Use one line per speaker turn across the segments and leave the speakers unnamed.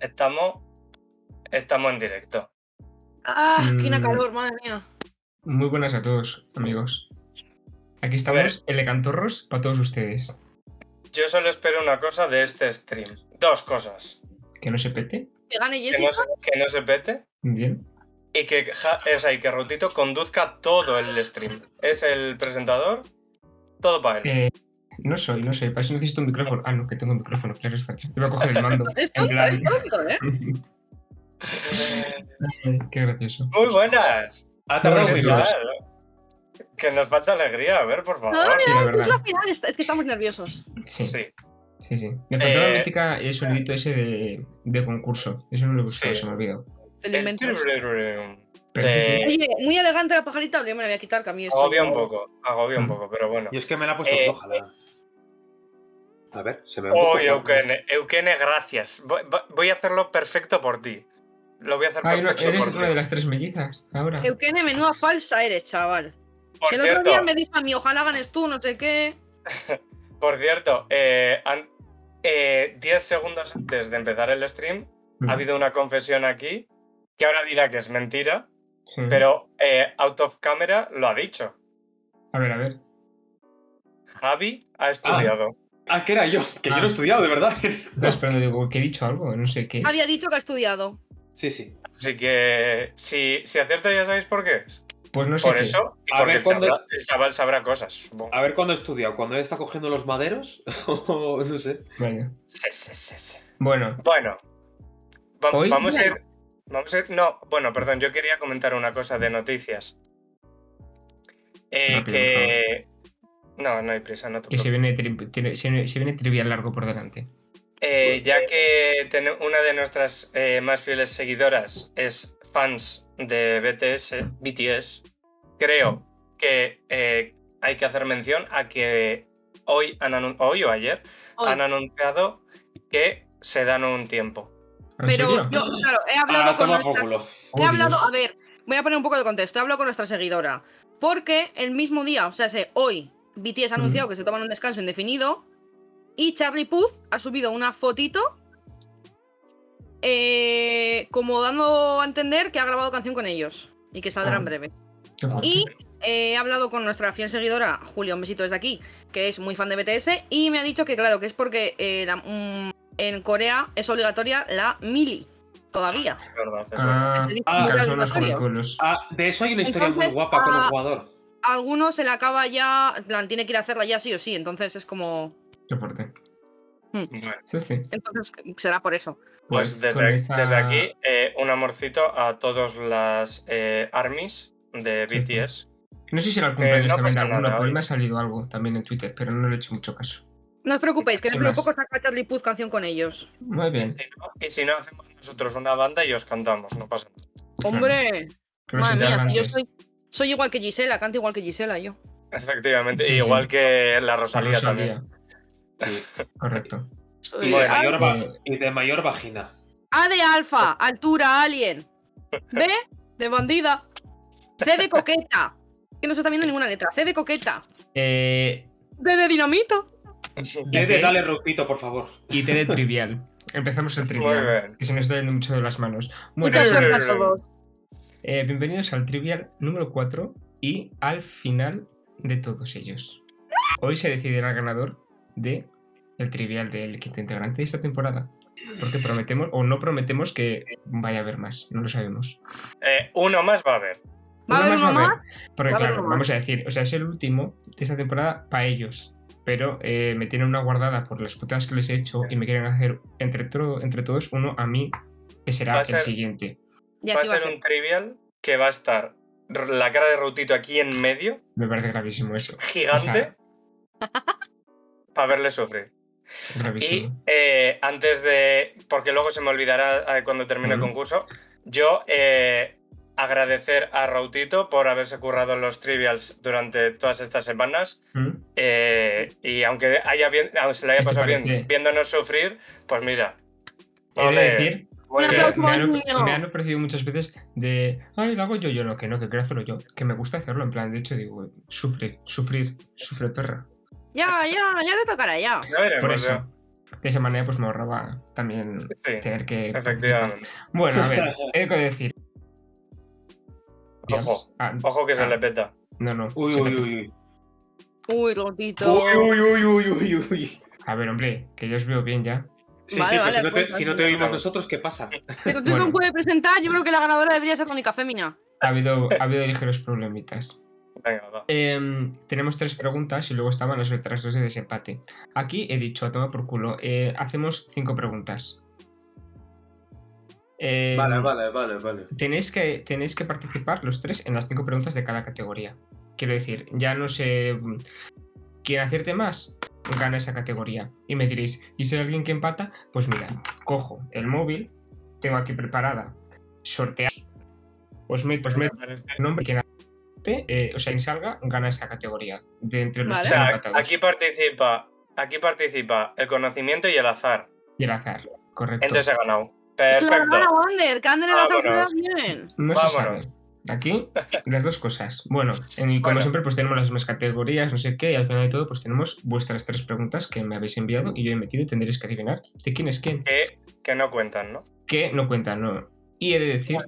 estamos, estamos en directo.
¡Ah! ¡Qué una
Mm.
calor, madre mía!
Muy buenas a todos, amigos. Aquí estamos, Elecantorros, para todos ustedes.
Yo solo espero una cosa de este stream. Dos cosas.
Que no se pete.
Que gane
Que no
Jessica.
se, que no se pete
Bien.
y que, ja- o sea, y que Rutito conduzca todo el stream. Es el presentador, todo para él.
Eh, no soy, no soy. Para eso necesito un micrófono. Ah, no, que tengo un micrófono, claro, es fácil. Iba a coger el mando.
Es
en
tonto,
plan.
es tonto, ¿eh?
Qué gracioso.
Muy buenas.
Ha
Buenas
tardado
a
muy
todos.
mal.
Que nos falta alegría, a ver, por favor.
No,
Sí, la
no, es
verdad.
la final. está- Es que estamos nerviosos.
Sí,
Sí,
sí, sí. Me faltó la
Eh,
mítica y el sonidito ese de, de concurso. Eso no lo he buscado,
Sí.
se me olvidó.
Te
el
lo inventas.
tiririririm.
Pero sí, sí.
Oye, muy elegante la pajarita, pero yo me la voy a quitar, que a mí esto...
agobia un poco, agobia un poco, pero bueno.
Mm. Yo es que me la he puesto
Eh,
floja. la- A ver, se me va un poco
Uy,
floja.
Eukene, Eukene, gracias. Voy, va- voy a hacerlo perfecto por ti. Lo voy a hacer
Ay, no,
perfecto por
eres una de
ti.
las tres mellizas ahora.
Eukene, menuda falsa eres, chaval.
Por
Si el
cierto,
otro día me dijo a mí, ojalá ganes tú, no sé qué.
por cierto, eh, an- eh, 10 segundos antes de empezar el stream,
Mm,
ha habido una confesión aquí que ahora dirá que es mentira,
sí.
pero eh, out of camera lo ha dicho.
A ver, a ver.
Javi ha estudiado.
Ah, que era yo, que yo
Ah.
no he estudiado, de verdad.
Estaba esperando, digo, que he dicho algo, no sé qué.
Había dicho que ha estudiado.
sí, sí.
Así que si, si acierta ya sabéis por qué. es.
Pues no sé
Por
qué.
eso, y
A
porque
ver
el,
cuándo-
chaval, el chaval sabrá cosas, supongo.
Ah.
A ver cuándo he estudiado, cuando él está cogiendo los maderos, o no sé.
Vaya.
Sí, sí, sí, sí.
Bueno,
Bueno, va-
Hoy-
vamos a ir. Vamos a ir. No, bueno, perdón, yo quería comentar una cosa de noticias. Eh,
Rápido,
que. No, no hay prisa, no te
que se
preocupes.
viene, tri- tiene- se viene- se viene trivial largo por delante.
Eh, ya que ten- una de nuestras eh, más fieles seguidoras es fans de BTS, BTS, creo que eh, hay que hacer mención a que hoy, han anun- hoy o ayer
Hoy.
han anunciado que se dan un tiempo.
¿En
Pero
serio?
yo, claro, he hablado
Ah,
con
toma por
nuestra-
culo.
Oh,
He hablado,
Dios.
a ver, voy a poner un poco de contexto. He hablado con nuestra seguidora. Porque el mismo día, o sea, se- hoy, BTS ha anunciado
Mm.
que se toman un descanso indefinido. Y Charlie Puth ha subido una fotito. eh, como dando a entender que ha grabado canción con ellos. Y que saldrá en
Ah.
breve.
Qué fuerte.
Y eh, he hablado con nuestra fiel seguidora, Julia, un besito desde aquí, que es muy fan de BTS. Y me ha dicho que, claro, que es porque eh, la- mm, en Corea es obligatoria la mili. Todavía.
Es verdad, es verdad.
Ah,
el
ah,
claro, son los
obligatorio.
jovenzuelos.
Ah, de eso hay una historia
Entonces,
muy guapa con un
ah,
jugador.
a alguno se le acaba ya, en plan, tiene que ir a hacerla ya sí o sí, entonces es como...
Qué fuerte.
Bueno.
Sí, sí.
Entonces será por eso.
Pues
con
desde,
esa-
desde aquí, eh, un amorcito a todos las eh, armies de
Sí, sí.
BTS.
No sé si era el cumpleaños
Eh, no
también de
pasa
alguno,
nada,
pero
oye.
me ha salido algo también en Twitter, pero no le he hecho mucho caso.
No os preocupéis, que
Sin
dentro de
más.
poco saca Charlie Puth canción con ellos.
Muy
Y
bien.
si no- Y si no, hacemos nosotros una banda y os cantamos, no pasa nada.
Hombre,
Que no
madre
se te
mía,
hagan
si yo
antes.
soy, soy igual que Gisela, canto igual que Gisela yo.
Efectivamente,
Sí, sí.
igual que la
La
Rosalía, también.
Rosalía.
Sí.
Correcto.
Soy-
Y, de
Bueno,
A-
mayor va-
eh,
y de mayor vagina.
A de alfa, altura, alien. B de bandida. C de coqueta. Que no se está viendo ninguna letra. C de coqueta.
Eh,
D de dinamita.
Dale,
desde-
dale rutito, por favor.
Eh, Y te de trivial. Empezamos el
Muy
trivial.
bien.
Que se nos está yendo mucho de las manos. Bueno,
Mucha
Bueno,
suerte a
eh,
todos.
eh, bienvenidos al trivial número 4 y al final de todos ellos. Hoy se decidirá el ganador de el trivial del quinto integrante de esta temporada. Porque prometemos o no prometemos que vaya a haber más, no lo sabemos.
Eh, uno más va a haber.
¿Va a haber uno más?
Porque
Va a haber
claro,
uno más.
vamos a decir, o sea, es el último de esta temporada para ellos. Pero eh, me tienen una guardada por las putadas que les he hecho y me quieren hacer entre, tro- entre todos uno a mí, que
Va
será
a
el
ser-
siguiente.
Y
va a
así
ser un trivial que va a estar r- la cara de Rutito aquí en medio,
Me parece gravísimo eso.
gigante, para verle sufrir. Y
Gravísimo.
eh, antes de. Porque luego se me olvidará eh, cuando termine el
Ujú.
concurso. Yo eh, agradecer a Rautito por haberse currado los trivials durante todas estas semanas.
¿Mm?
eh, y aunque haya bien, aunque se le haya
Este
pasado bien
parece-
viéndonos sufrir, pues mira.
He de
ole,
decir
muy bien.
Un
que
aplauso.
me han,
Dios mío.
me han ofrecido muchas veces de, ay, lo hago yo, yo no, que no, que quiero hacerlo yo, que me gusta hacerlo, en plan, de hecho digo, sufre, sufrir, sufre perra.
Ya, ya, ya le tocará ya.
Ya veremos,
Por
ya.
eso. De esa manera, pues me ahorraba también
Sí,
tener que.
efectivamente.
Bueno, a ver, he que decir.
Ojo.
Ah,
Ojo que se le peta.
no, no.
Uy,
se
uy,
la-
uy, uy.
Uy, gordito.
Uy, uy, uy, uy, uy, uy.
A ver, hombre, que yo os veo bien ya.
Sí,
Vale,
sí,
vale,
pero si no, te,
pues,
si no te
vale.
oímos nosotros, ¿qué pasa?
Pero tú
Bueno.
no puedes presentar, yo creo que la ganadora debería ser Tónica Fémina.
Ha habido, ha habido ligeros problemitas.
Venga, va.
Em, tenemos tres preguntas y luego estaban las otras dos de desempate. Aquí he dicho, a tomar por culo, eh, hacemos cinco preguntas. Em,
Vale, vale, vale, vale.
Tenéis que, tenéis que participar los tres en las cinco preguntas de cada categoría. Quiero decir, ya no sé. mm, Quien acierte más, gana esa categoría. Y me diréis, ¿y si hay alguien que empata? Pues mira, cojo el móvil, tengo aquí preparada, sortear. Os meto, os meto nombre y quien acierte, eh, o sea, quien salga, gana esa categoría. De entre los
Vale.
O
tres
sea,
empatados.
aquí participa, aquí participa el conocimiento y el azar.
Y el azar, correcto.
Entonces he ganado.
Claro,
Perfecto.
Ana Wonder, que anden en la
Vámonos.
tercera bien.
No
Vámonos.
se sabe. Aquí, las dos cosas. Bueno, en- como
Bueno.
siempre, pues tenemos las mismas categorías, no sé qué, y al final de todo, pues tenemos vuestras tres preguntas que me habéis enviado y yo he metido y tendréis que adivinar de quién es quién.
Que, que no cuentan, ¿no?
Que no cuenta, no. Y he de decir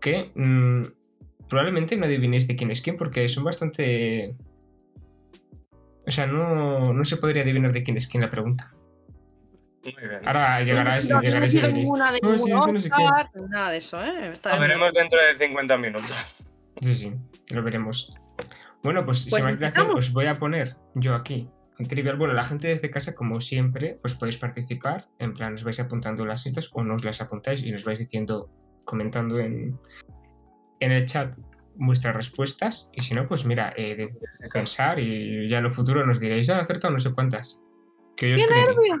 que mm, probablemente no adivinéis de quién es quién porque son bastante. O sea, no, no se podría adivinar de quién es quién la pregunta.
Muy bien.
Ahora llegarás y
no, no he
llegaréis y
sido
diréis,
ninguna de
No, sí,
ningún
es que no sé qué.
Oscar, ni nada de eso, ¿eh? Está
Lo
bien.
veremos dentro de 50 minutos.
Sí, sí, lo veremos. Bueno, pues,
Pues
si me hace,
empezamos.
os voy a poner yo aquí. En trivial, bueno, la gente desde casa, como siempre, pues podéis participar. En plan, os vais apuntando las listas o no os las apuntáis y nos vais diciendo, comentando en, en el chat vuestras respuestas. Y si no, pues mira, eh, de pensar y ya en el futuro nos diréis, ah, acertado no sé cuántas. Que yo os
¡Qué
creeré.
nervios!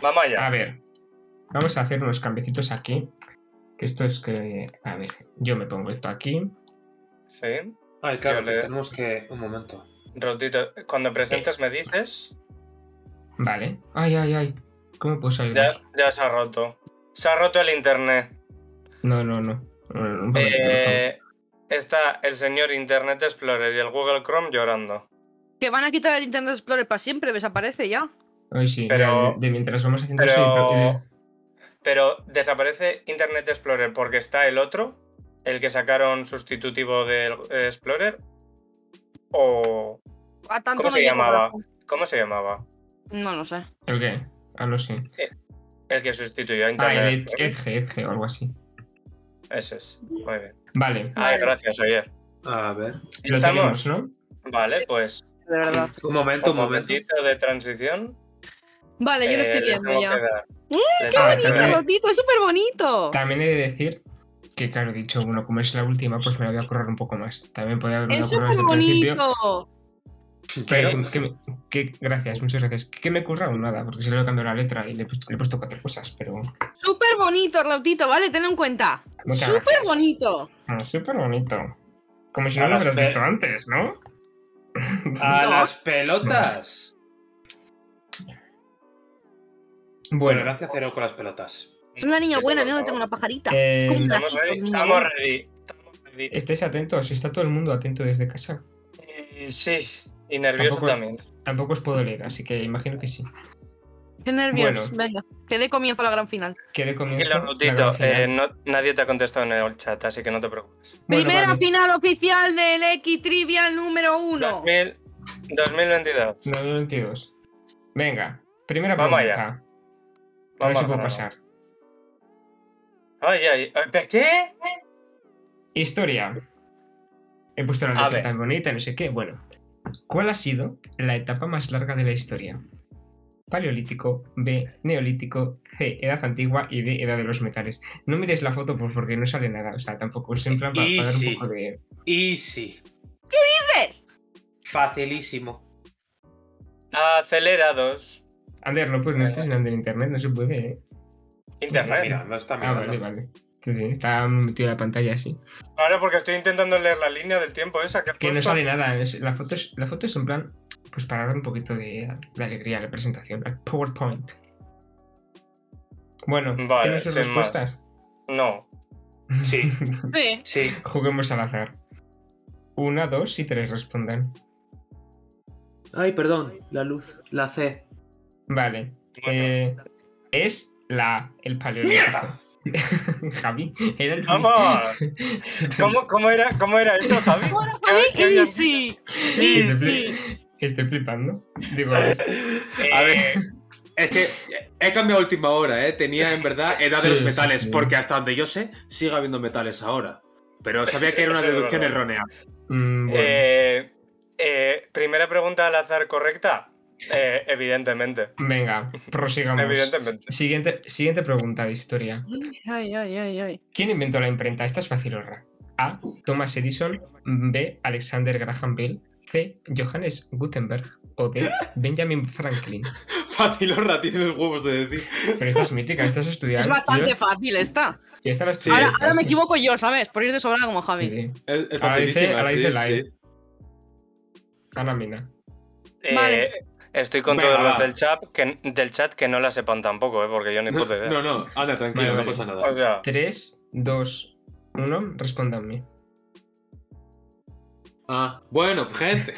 Vamos
A
allá.
ver, vamos a hacer unos cambiecitos aquí. Que esto es que. A ver, yo me pongo esto aquí.
Sí.
Ay, claro,
Yo
que
le-
tenemos que. Un momento.
Rotito, cuando presentes me dices,
Vale. Ay, ay, ay. ¿Cómo puedo salir de
ya,
aquí?
ya se ha roto. Se ha roto el internet.
No, no, no. Un momento, por favor.
Eh, está el señor Internet Explorer y el Google Chrome llorando.
Que van a quitar el Internet Explorer para siempre, desaparece ya.
Ay, sí,
pero-
ya, de, de mientras vamos haciendo eh,
pero-
eso, yo creo que-
Pero desaparece Internet Explorer porque está el otro, el que sacaron sustitutivo del eh, Explorer. O.
A tanto
¿Cómo
no
se
llego,
llamaba? ¿Cómo se llamaba?
No lo sé.
¿El qué? Ah, no sé.
El que sustituyó a
Ah,
Internet
el
Explorer.
Edge, Edge o algo así.
Ese es. Muy bien.
Vale.
Ay,
Vale.
gracias, Oyer.
A ver.
¿Ya
Lo
estamos?
tenemos, ¿no?
Vale, pues.
De verdad.
Un momento,
Un
un momento.
momentito de transición.
Vale, yo lo
Eh,
estoy
le
viendo
tengo que
ya.
dar. Le
Ah,
tengo que
¡Qué
dar.
también-
bonito! ¡Es súper bonito!
También he de decir que, claro, he dicho, bueno, como es la última, pues me la voy a correr un poco más. También podía haberme la
¡Es
currado
súper
desde el principio.
bonito!
Pero que, me- que- gracias, muchas gracias. Que me he currado nada, porque si le he cambiado la letra y le he puesto, le he puesto cuatro cosas, pero. muchas
¡Súper bonito, Rautito! Vale, tenlo en cuenta. ¡Súper
gracias.
bonito!
Ah, súper bonito. Como si no
A
lo
las
hubieras
pe-
visto antes, ¿no?
¡A
No.
las pelotas!
Bueno,
Tolerancia cero con las pelotas.
Soy una niña
Yo
buena,
tengo
yo no
el
tengo una pajarita.
eh,
Como una
Estamos ready.
niña
Estamos
buena.
ready. Estamos ready.
estéis atentos, está todo el mundo atento desde casa.
Eh, sí, y nervioso
Tampoco-
también.
Tampoco os puedo leer, así que imagino que sí.
¡Qué nervios!
Bueno.
Venga, que dé comienzo a la gran final.
Que de
Y
comienzo.
lo
la
rutito,
gran final.
eh, no- nadie te ha contestado en el chat, así que no te preocupes.
Bueno,
Primera
vale.
final oficial del X Trivial número 1.
2000 2022.
922. Venga, primera
Vamos
pregunta. A ver
Vamos
si puedo
ganando.
pasar.
Ay, ay, ay, ¿pero ¿qué?
Historia. He puesto
A
una letra
ver.
tan bonita, no sé qué. Bueno, ¿cuál ha sido la etapa más larga de la historia? Paleolítico, B, Neolítico, C, Edad Antigua y D, Edad de los Metales. No mires la foto pues, porque no sale nada, o sea, tampoco es en plan para, para dar
Easy.
un poco de...
Easy.
dices?
Facilísimo.
Acelerados.
Ander, no, pues no estés en internet, no se puede, ¿eh?
Está
Internet.
mirando, está
Ah,
mirando.
vale, vale. Sí, sí, está metido en la pantalla así.
Ahora porque estoy intentando leer la línea del tiempo esa que has
Que no
puesto.
sale nada, es- la foto es, la foto es en plan, pues para dar un poquito de, de alegría a la presentación, al PowerPoint. Bueno,
Vale,
¿tienes sus
sin más.
respuestas?
No.
Sí,
Sí.
sí.
Juguemos al azar. Una, dos y tres respondan.
Ay, perdón, la luz, la C.
Vale,
Bueno,
Eh, es la A, el paleolítico. Javi, era el
¡Vamos! ¿Cómo, cómo era, ¿Cómo era eso, Javi? ¿Qué- qué habían dicho?
Easy.
Sí,
Easy.
sí.
Estoy flipando. Digo,
A ver,
Eh,
es que he cambiado a última hora, ¿eh? Tenía en verdad edad
Sí,
de los
sí,
metales,
sí.
porque hasta donde yo sé, sigue habiendo metales ahora. Pero sabía que era una
Eso es
deducción
verdad.
errónea.
mm, bueno,
eh, eh, primera pregunta al azar correcta. Eh, evidentemente.
venga, prosigamos.
evidentemente.
Siguiente, siguiente pregunta de historia.
Ay, ay, ay, ay.
¿Quién inventó la imprenta? Esta es fácil, horra. A. Thomas Edison. B. Alexander Graham Bell. C. Johannes Gutenberg. O D. Benjamin Franklin.
Fácil, horra, tiene los huevos de decir.
Pero esta es mítica, esta es estudiante.
Es bastante fácil esta.
Yo esta la estudié
Ahora,
en
ahora me
clase.
equivoco yo, ¿sabes? Por ir de sobrada como Javi.
Sí, sí.
Es, es
Ahora dice-
facilísima,
ahora
sí,
dice
es
la
que-
Ana Mina.
Eh,
Vale.
Estoy con
Venga,
todos los
va.
del chat, que, del chat que no la sepan tampoco, eh, porque yo ni puta idea.
No, no, anda, tranquilo,
E. Vale,
no
vale.
pasa
O
nada.
sea,
3, 2, 1. Respóndanme.
Ah, bueno, gente.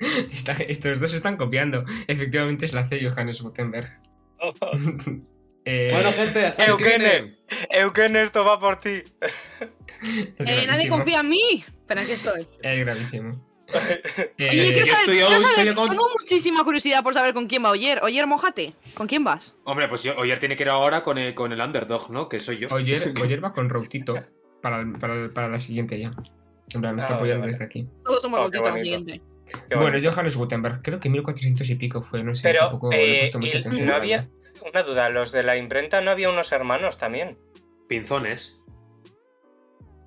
Esta- estos dos están copiando. Efectivamente es la C. Johannes Gutenberg. Eh,
Bueno, gente, hasta aquí
Eugene.
tienen.
Eugen, esto va por ti.
es
Eh, nadie
gravísimo,
confía en mí. Pero aquí estoy.
Es gravísimo.
Oye,
Eh,
quiero
yo
saber,
estoy- yo
quiero
estoy
saber-
con-
tengo muchísima curiosidad por saber con quién va Oyer. Oyer, mojate. ¿Con quién vas?
Hombre, pues yo, Oyer tiene que ir ahora con el, con el underdog, ¿no? Que soy yo.
Oyer, Oyer va con Routito para, el- para, el- para la siguiente ya. En plan, me está
Ah, vale,
apoyando
vale.
desde aquí.
Todos somos
Oh,
los
qué
la
bonito.
siguiente.
Qué
Bueno,
bonito.
Johannes Gutenberg, creo que 1400 y pico fue, no sé,
Pero,
tampoco le he
eh,
puesto mucha
¿y
atención.
no
la
había-
verdad.
Una duda, los de la imprenta no había unos hermanos también.
Pinzones.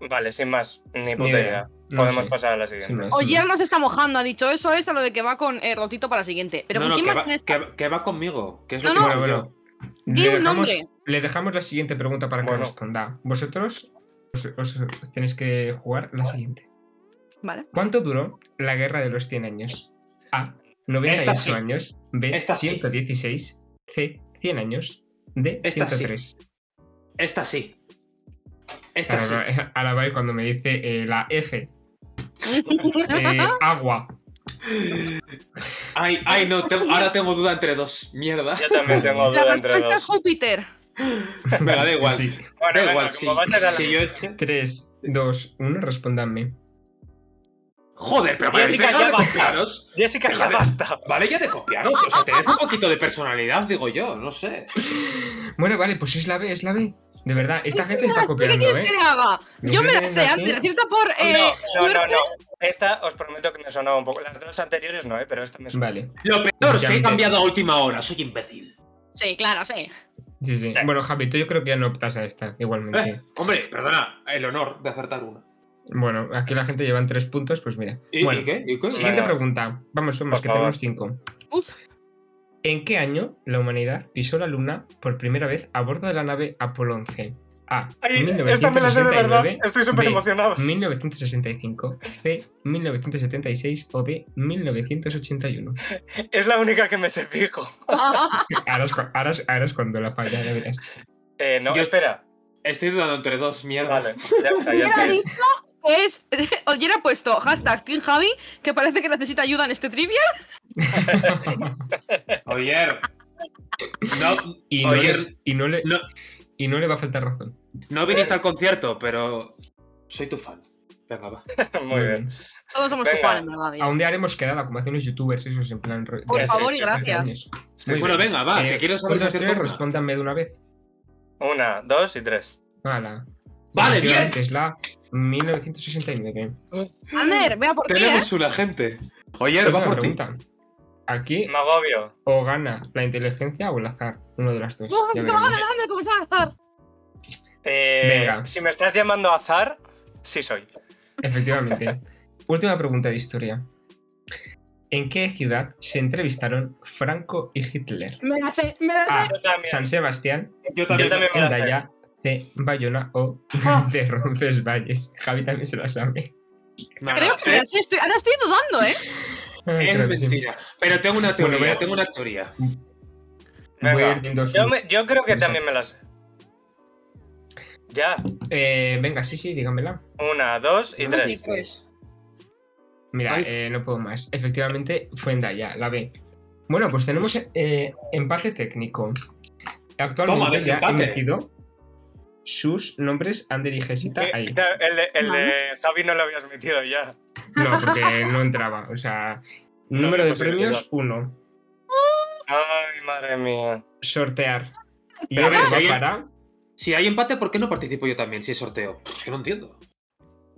Vale, sin más, ni
Ni
puta
idea.
idea.
No
Podemos
sé,
pasar a la
sin
siguiente.
más, sin
Oyer
más.
nos está mojando, ha dicho eso, es a lo de que va con eh, Rotito para la siguiente. Pero
no,
¿con
no,
quién
que
vas
va,
en esta?
que- que va conmigo. Que es lo
No,
que
no.
he dicho yo.
Le
Di un
dejamos-
nombre.
Le dejamos la siguiente pregunta para que
Bueno.
responda. Vosotros os- os tenéis que jugar la siguiente.
Vale.
¿Cuánto duró la guerra de los 100 años? A. 98
Esta sí.
años. B.
Esta sí.
116. C. 100 años. D.
Esta sí.
103.
Esta sí. Esta sí.
Ahora, eh, ahora va y cuando me dice eh, la F. eh, agua.
Ay, ay, no, te- ahora tengo duda entre dos. Mierda.
Yo también tengo
La
duda entre
respuesta es
dos.
Júpiter.
Me da igual.
Sí.
Bueno,
Da
venga,
igual,
como
sí.
va a ser a la-
Sí, yo este-
3, 2, 1, respóndanme.
Joder, pero vale,
Jessica,
deja
ya
de
basta.
copiaros.
Jessica, ya
Vale.
basta.
Vale, ya de copiaros. O sea, tened un poquito de personalidad, digo yo, no sé.
Bueno, vale, pues es la B, es la B. De verdad, esta gente está
¿Qué
copiando,
quieres
¿eh?
que le haga?
Yo
Yo
creo
me
que
la sé
venga
antes,
aquí.
acierta por eh,
no, no, no,
suerte.
no. Esta os prometo que me sonaba un poco. Las dos anteriores no, eh, pero esta me sonaba.
Vale.
Lo peor es que he
Brillante.
cambiado a última hora, soy imbécil.
Sí, claro, sí.
Sí, sí.
Sí.
Bueno, Javi, tú yo creo que ya no optas a esta, igualmente.
Eh, hombre, perdona, el honor de acertar una.
Bueno, aquí la gente llevan 3 puntos, pues mira.
¿Y,
bueno,
y qué? ¿Y qué?
Siguiente
Venga.
pregunta. Vamos, vamos,
Por
que
favor.
tenemos cinco.
Uf.
¿En qué año la humanidad pisó la Luna por primera vez a bordo de la nave Apolo 11? A.
Ay, esta me la sé de verdad.
1969,
Estoy súper
B,
emocionado.
1965, C. 1976 o D. 1981.
Es la única que me se fijo.
Ah.
Ahora es, cu- ahora es- ahora es cuando la falla, ya verás.
Eh, no,
Yo-
espera.
Estoy dudando entre dos, mierda.
Vale, ya está, ya
Hubiera
está.
dicho que es. Hubiera puesto hashtag Team Javi, que parece que necesita ayuda en este trivia.
Oyer. No,
Y no,
Oye,
le, y, no le,
no.
y no le va a faltar razón.
no viniste al concierto, pero soy tu fan. Venga, va.
Muy bien.
Todos somos tu
Venga.
fan, en verdad.
A un día haremos quedada, como hacen los youtubers, esos en plan. ro-
Por
de-
favor
sí,
y
sí,
gracias.
Muy
bueno,
bien.
venga, va,
Eh,
que quiero saber si
¿cuántas
acierto
tres?
una.
Respóndanme de una vez.
Una, dos y tres.
Ala.
Vale, bien.
Efectivamente, Es la 1969.
Ander, vea por ti, ¿eh?
Tenemos una gente. Oyer,
Esa
va
es la
por ti.
pregunta. Aquí
Magobio.
o gana la inteligencia o el azar. Uno de las dos.
Uf,
ya
Oh, no,
veremos.
Ander, ¿cómo se va a lanzar?
Eh,
Venga.
Si me estás llamando azar, sí soy.
Efectivamente. Última pregunta de historia. ¿En qué ciudad se entrevistaron Franco y Hitler?
Me la sé, me la
A.
sé.
Yo también.
San Sebastián,
Yo
B.
también. me la sé.
Tondaya, C. Bayona o de Roncesvalles. Javi también se la sabe.
No, no,
Creo que me la sé. estoy- Ahora estoy dudando, ¿eh?
Ay,
Es
creo que sí.
mentira. Pero tengo una teoría,
Bueno, voy a-
tengo una teoría.
Voy a ir
Venga.
viendo su-
Yo, me- yo creo que
Exacto.
también me las sé. Ya.
Eh, venga, sí, sí, dígamela.
Una, dos y
Sí,
tres.
Sí, pues.
Mira,
Ay.
eh, no puedo más. Efectivamente, fue en Daya, la B. Bueno, pues tenemos eh, empate técnico. Actualmente ya
Toma,
he
desempate.
metido sus nombres Ander y Jessica
Eh,
ahí.
claro, el, de- el de Javi no lo habías metido ya.
No, porque no entraba. O sea,
No
número
había
de premios, uno.
Ay, madre mía.
Sortear. Y
Pero a ver,
esto
si
va
hay-
para...
Si hay empate, ¿por qué no participo yo también? Si es sorteo. Es que no entiendo.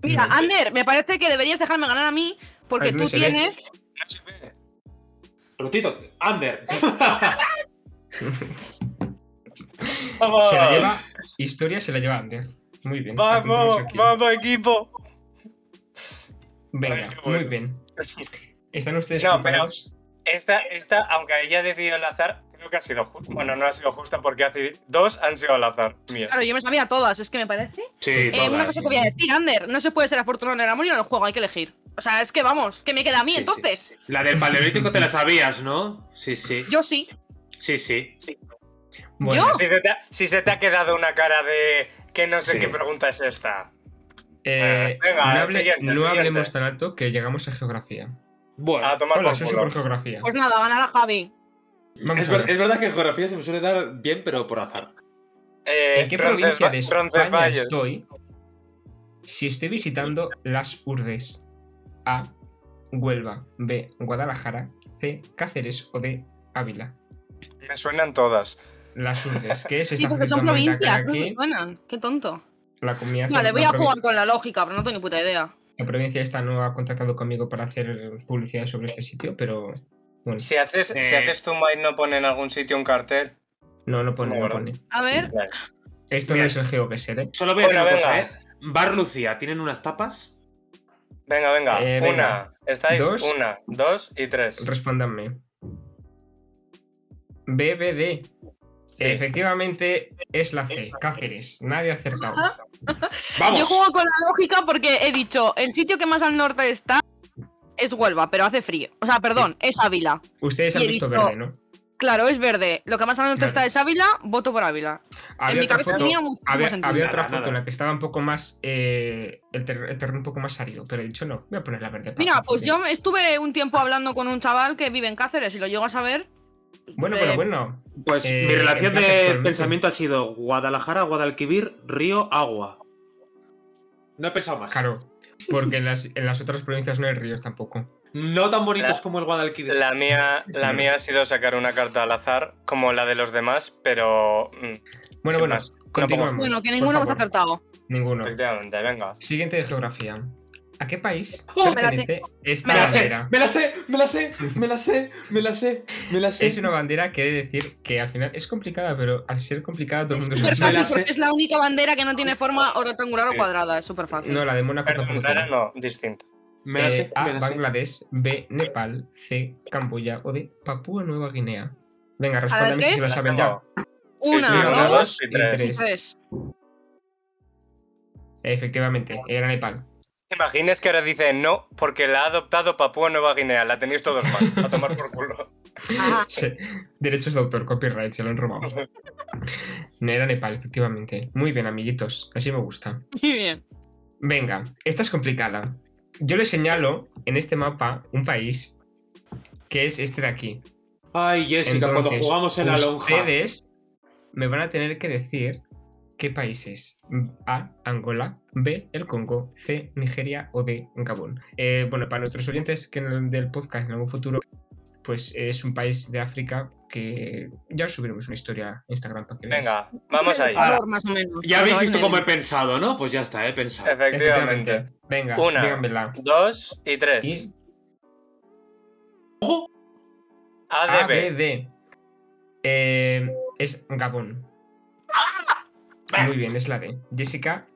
Mira,
No.
Ander, me parece que deberías dejarme ganar a mí porque
Ay,
tú
Luis, se ve.
tienes.
No se ve.
Rutito, Ander.
Vamos,
Se la lleva... Historia se la lleva Ander. Muy bien.
Oh. vamos,
apuntamos aquí.
vamos equipo.
Venga,
Ay, qué
muy
bueno.
bien. ¿Están ustedes
No, pero-
preparados?
Esta, esta, aunque ella decidió al azar, creo que ha sido justa. Bueno, no ha sido justa porque hace dos han sido al azar. Mía.
Claro, yo me sabía todas, es que me parece.
Sí,
Eh,
Eh, una
todas.
cosa que voy a decir, Ander, no se puede ser afortunado en el amor y en el juego, hay que elegir. O sea, es que vamos, ¿qué me queda a mí
Sí, sí.
entonces?
La del paleolítico te la sabías, ¿no? Sí, sí.
Yo sí.
Sí, sí.
Bueno,
Si se, te ha, si se te ha quedado una cara de que no sé
Sí.
qué pregunta es esta.
eh,
Venga,
no, hable-
siguiente,
no
siguiente.
hablemos tan alto que llegamos a geografía.
Bueno.
A tomar
Hola,
por
soy por
culo.
geografía.
Pues nada, ganará Javi.
Vamos
Es,
a
ver-
ver.
es verdad que en geografía se me suele dar bien, pero por azar.
Eh,
¿En qué
Roncesva-
provincia de España
Roncesvalles.
estoy si estoy visitando las urbes? A. Huelva. B. Guadalajara. C. Cáceres o D. Ávila.
Me suenan todas.
Las urbes, que es esta
Sí, porque son
faceta bonita que hay
provincias, no se
aquí,
suenan. Qué tonto.
La comunidad
Vale,
la
voy a
provin-
jugar con la lógica, pero no tengo ni puta idea.
La provincia esta no ha contactado conmigo para hacer publicidad sobre este sitio, pero bueno,
Si haces,
Eh.
si haces zumba y no pone en algún sitio un cartel.
no, no pone,
No,
no
¿verdad?
pone.
A ver,
Vale.
Esto
Mira.
no es el GeoGuessr, ¿eh?
Solo voy a decir
Bueno,
una
venga.
cosa, ¿eh? Bar Lucía, ¿tienen unas tapas?
Venga, venga.
Eh,
Una.
venga.
Estáis
Dos.
una, dos y tres.
Respóndanme. BBD. Efectivamente es la C, Cáceres. Nadie ha acertado.
¡Vamos!
yo juego con la lógica porque he dicho, el sitio que más al norte está es Huelva, pero hace frío. O sea, perdón, es Ávila.
Ustedes
Y
han
he
visto
dicho-
verde, ¿no?
Claro, es verde. Lo que más al norte
Claro.
está es Ávila, voto por Ávila.
Había
mi
otra
cabeza
foto,
tenía muchísimo
había,
sentido.
había otra
Nada,
foto en
nada.
la que estaba un poco más. eh, el, ter- el terreno un poco más árido, pero he dicho no, voy a poner la verde. para
Mira, pues
confundir.
yo estuve un tiempo hablando con un chaval que vive en Cáceres y lo llego a saber.
Bueno,
eh,
bueno, bueno.
Pues
Eh,
mi relación
empate
de
actualmente.
pensamiento ha sido Guadalajara, Guadalquivir, Río, Agua. No he pensado más.
Claro, porque en las, en las otras provincias no hay ríos tampoco.
No tan bonitos
La-
como el Guadalquivir.
La mía, la mía ha sido sacar una carta al azar, como la de los demás, pero. mm,
Bueno,
Sin
bueno,
más, no
continuamos.
Vamos,
Bueno, que
por
ninguno hemos
favor.
acertado.
Ninguno.
efectivamente, venga.
Siguiente de geografía. ¿A qué país
Oh,
me la sé.
pertenece esta
me la sé,
bandera?
me la sé, me la sé, me la sé, me la sé, me la sé.
Es una bandera que he de decir que al final es complicada, pero al ser complicada todo el
Es
mundo
súper
se la
me
fácil
la sé.
porque es la única bandera que no tiene forma o rectangular o cuadrada. Es súper fácil.
No, la de Mónaco
Perdón,
tampoco
Dara,
tiene.
no, distinto.
Me la
Eh,
sé,
A,
me la sé.
Bangladesh, B, Nepal, C, Camboya o D, Papúa Nueva Guinea. Venga,
A
respóndame
ver,
si
¿tres?
se la saben ya.
Una,
Sí, sí,
una,
dos,
dos y
y
tres.
y
tres.
tres.
Efectivamente, era Nepal.
¿Te imaginas que ahora dice no porque la ha adoptado Papúa Nueva Guinea? La tenéis todos mal, a tomar por culo.
Ah,
Sí. Derechos de autor, copyright, se lo han robado. No era Nepal, efectivamente. Muy bien, amiguitos, así me gusta.
muy bien.
Venga, esta es complicada. Yo le señalo en este mapa un país que es este de aquí.
Ay, Jessica, cuando
Entonces,
jugamos en la lonja.
Ustedes me van a tener que decir qué países. A, Angola, B, el Congo, C, Nigeria o D, Gabón. Eh, bueno, para nuestros oyentes que en el- del podcast en algún futuro, pues es un país de África que ya os subiremos una historia a Instagram para que veáis.
Venga, vamos ahí.
Ah,
Color, más o menos.
Ya habéis
Color,
visto cómo he
negro.
pensado, ¿no? Pues ya está, he pensado.
Efectivamente.
Venga,
Una.
díganmela.
Dos y tres.
Y
Ojo,
A,
A,
D,
B,
B.
D. Eh, es Gabón. Muy bien, es la D. Jessica,